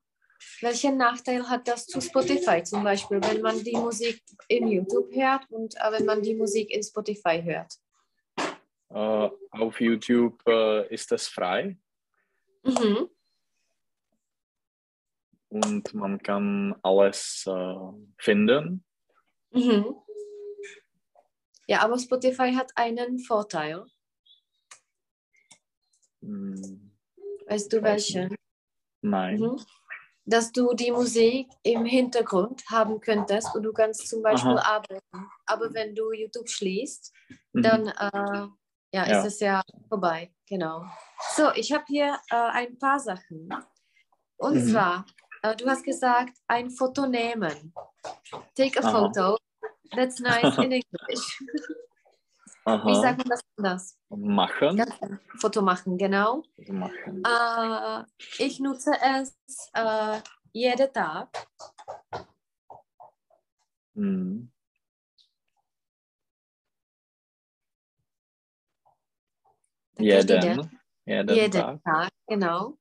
Welchen Nachteil hat das zu Spotify zum Beispiel, wenn man die Musik in YouTube hört und äh, wenn man die Musik in Spotify hört? Äh, auf YouTube äh, ist es frei Mhm. und man kann alles äh, finden. Mhm. Ja, aber Spotify hat einen Vorteil. Hm, Weißt du Weiß welchen? nein. Mhm. Dass du die Musik im Hintergrund haben könntest und du kannst zum Beispiel arbeiten. Aber wenn du YouTube schließt, Mhm. dann äh, ja, Ja. ist es ja vorbei. Genau. So, ich habe hier äh, ein paar Sachen. Und Mhm. zwar, äh, du hast gesagt, ein Foto nehmen. Take a Aha. photo. That's nice in English. Wie Aha. sagt man das anders? Machen. Ganz Foto machen, genau. Machen. Äh, ich nutze es äh, jeden Tag. Hm. Jeden, Jeden. Jeden, jeden Tag. Tag. genau.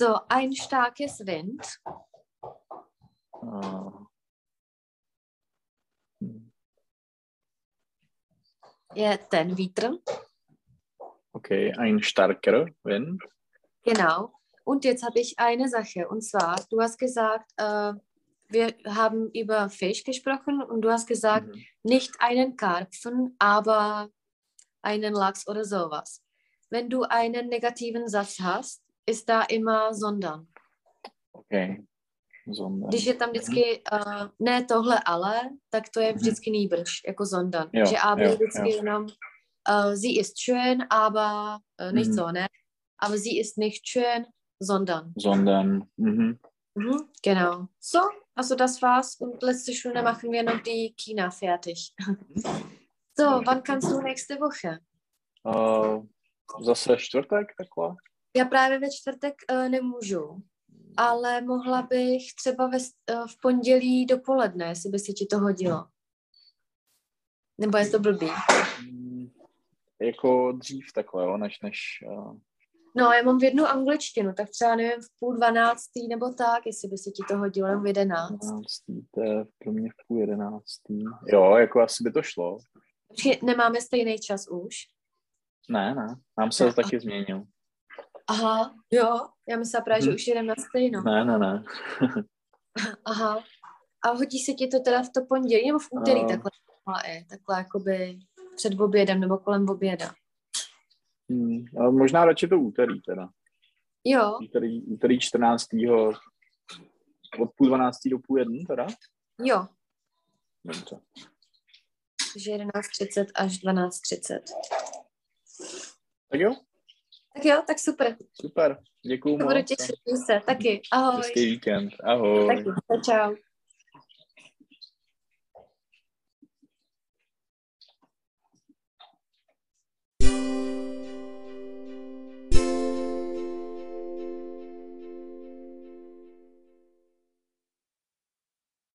So, ein starkes Wind. Äh, hm, Je ten vítr. Okay, ein starker Wind. Genau. Und jetzt habe ich eine Sache. Und zwar, du hast gesagt, äh, wir haben über Fisch gesprochen und du hast gesagt, Mhm. nicht einen Karpfen, aber einen Lachs oder sowas. Wenn du einen negativen Satz hast, ist da immer sondern. Okay. Sondern. Když je tam vždycky uh, ne tohle ale, tak to je vždycky nýbrž, jako sondern. Mhm. Jo, že aber jo, je vždycky jo. jenom uh, sie ist schön, aber uh, nicht Mhm. so, ne? Aber sie ist nicht schön, sondern. Sondern. Mhm. Mhm, genau. So, also das war's. Und letzte Stunde machen wir noch die China fertig. So, wann kannst du nächste Woche? Äh, zase čtvrtek takhle? Já právě ve čtvrtek uh, nemůžu, ale mohla bych třeba ve, uh, v pondělí dopoledne, jestli by se ti to hodilo. Nebo je to blbý. Hm, Jako dřív takhle, jo, než, než uh, No, já mám v jednu angličtinu, tak třeba nevím, v půl dvanáctý nebo tak, jestli by se ti to hodilo, nebo v jedenáct. 11. To je pro mě v půl jedenáctý. Jo, jako asi by to šlo. Počkej, Nemáme stejný čas už. Ne, ne, nám se to taky změnil. Aha, jo, já myslím právě, že Hm. už jdem na stejno. Ne, ne, ne. Aha. A hodí se ti to teda v to pondělí nebo v úterý, Eh. takhle, takhle, takhle jakoby před obědem nebo kolem oběda. Hm, ale možná radši to úterý teda. Jo, Úterý, úterý 14. od půl 12. do půl 1 teda. jo, Dobře. takže 11.30 až 12.30. Tak jo, Tak jo, tak super. super. Děkuju To budu moc. těšit se. Taky. Ahoj. no. Hezký víkend. Ahoj. Taky. Čau, Čau.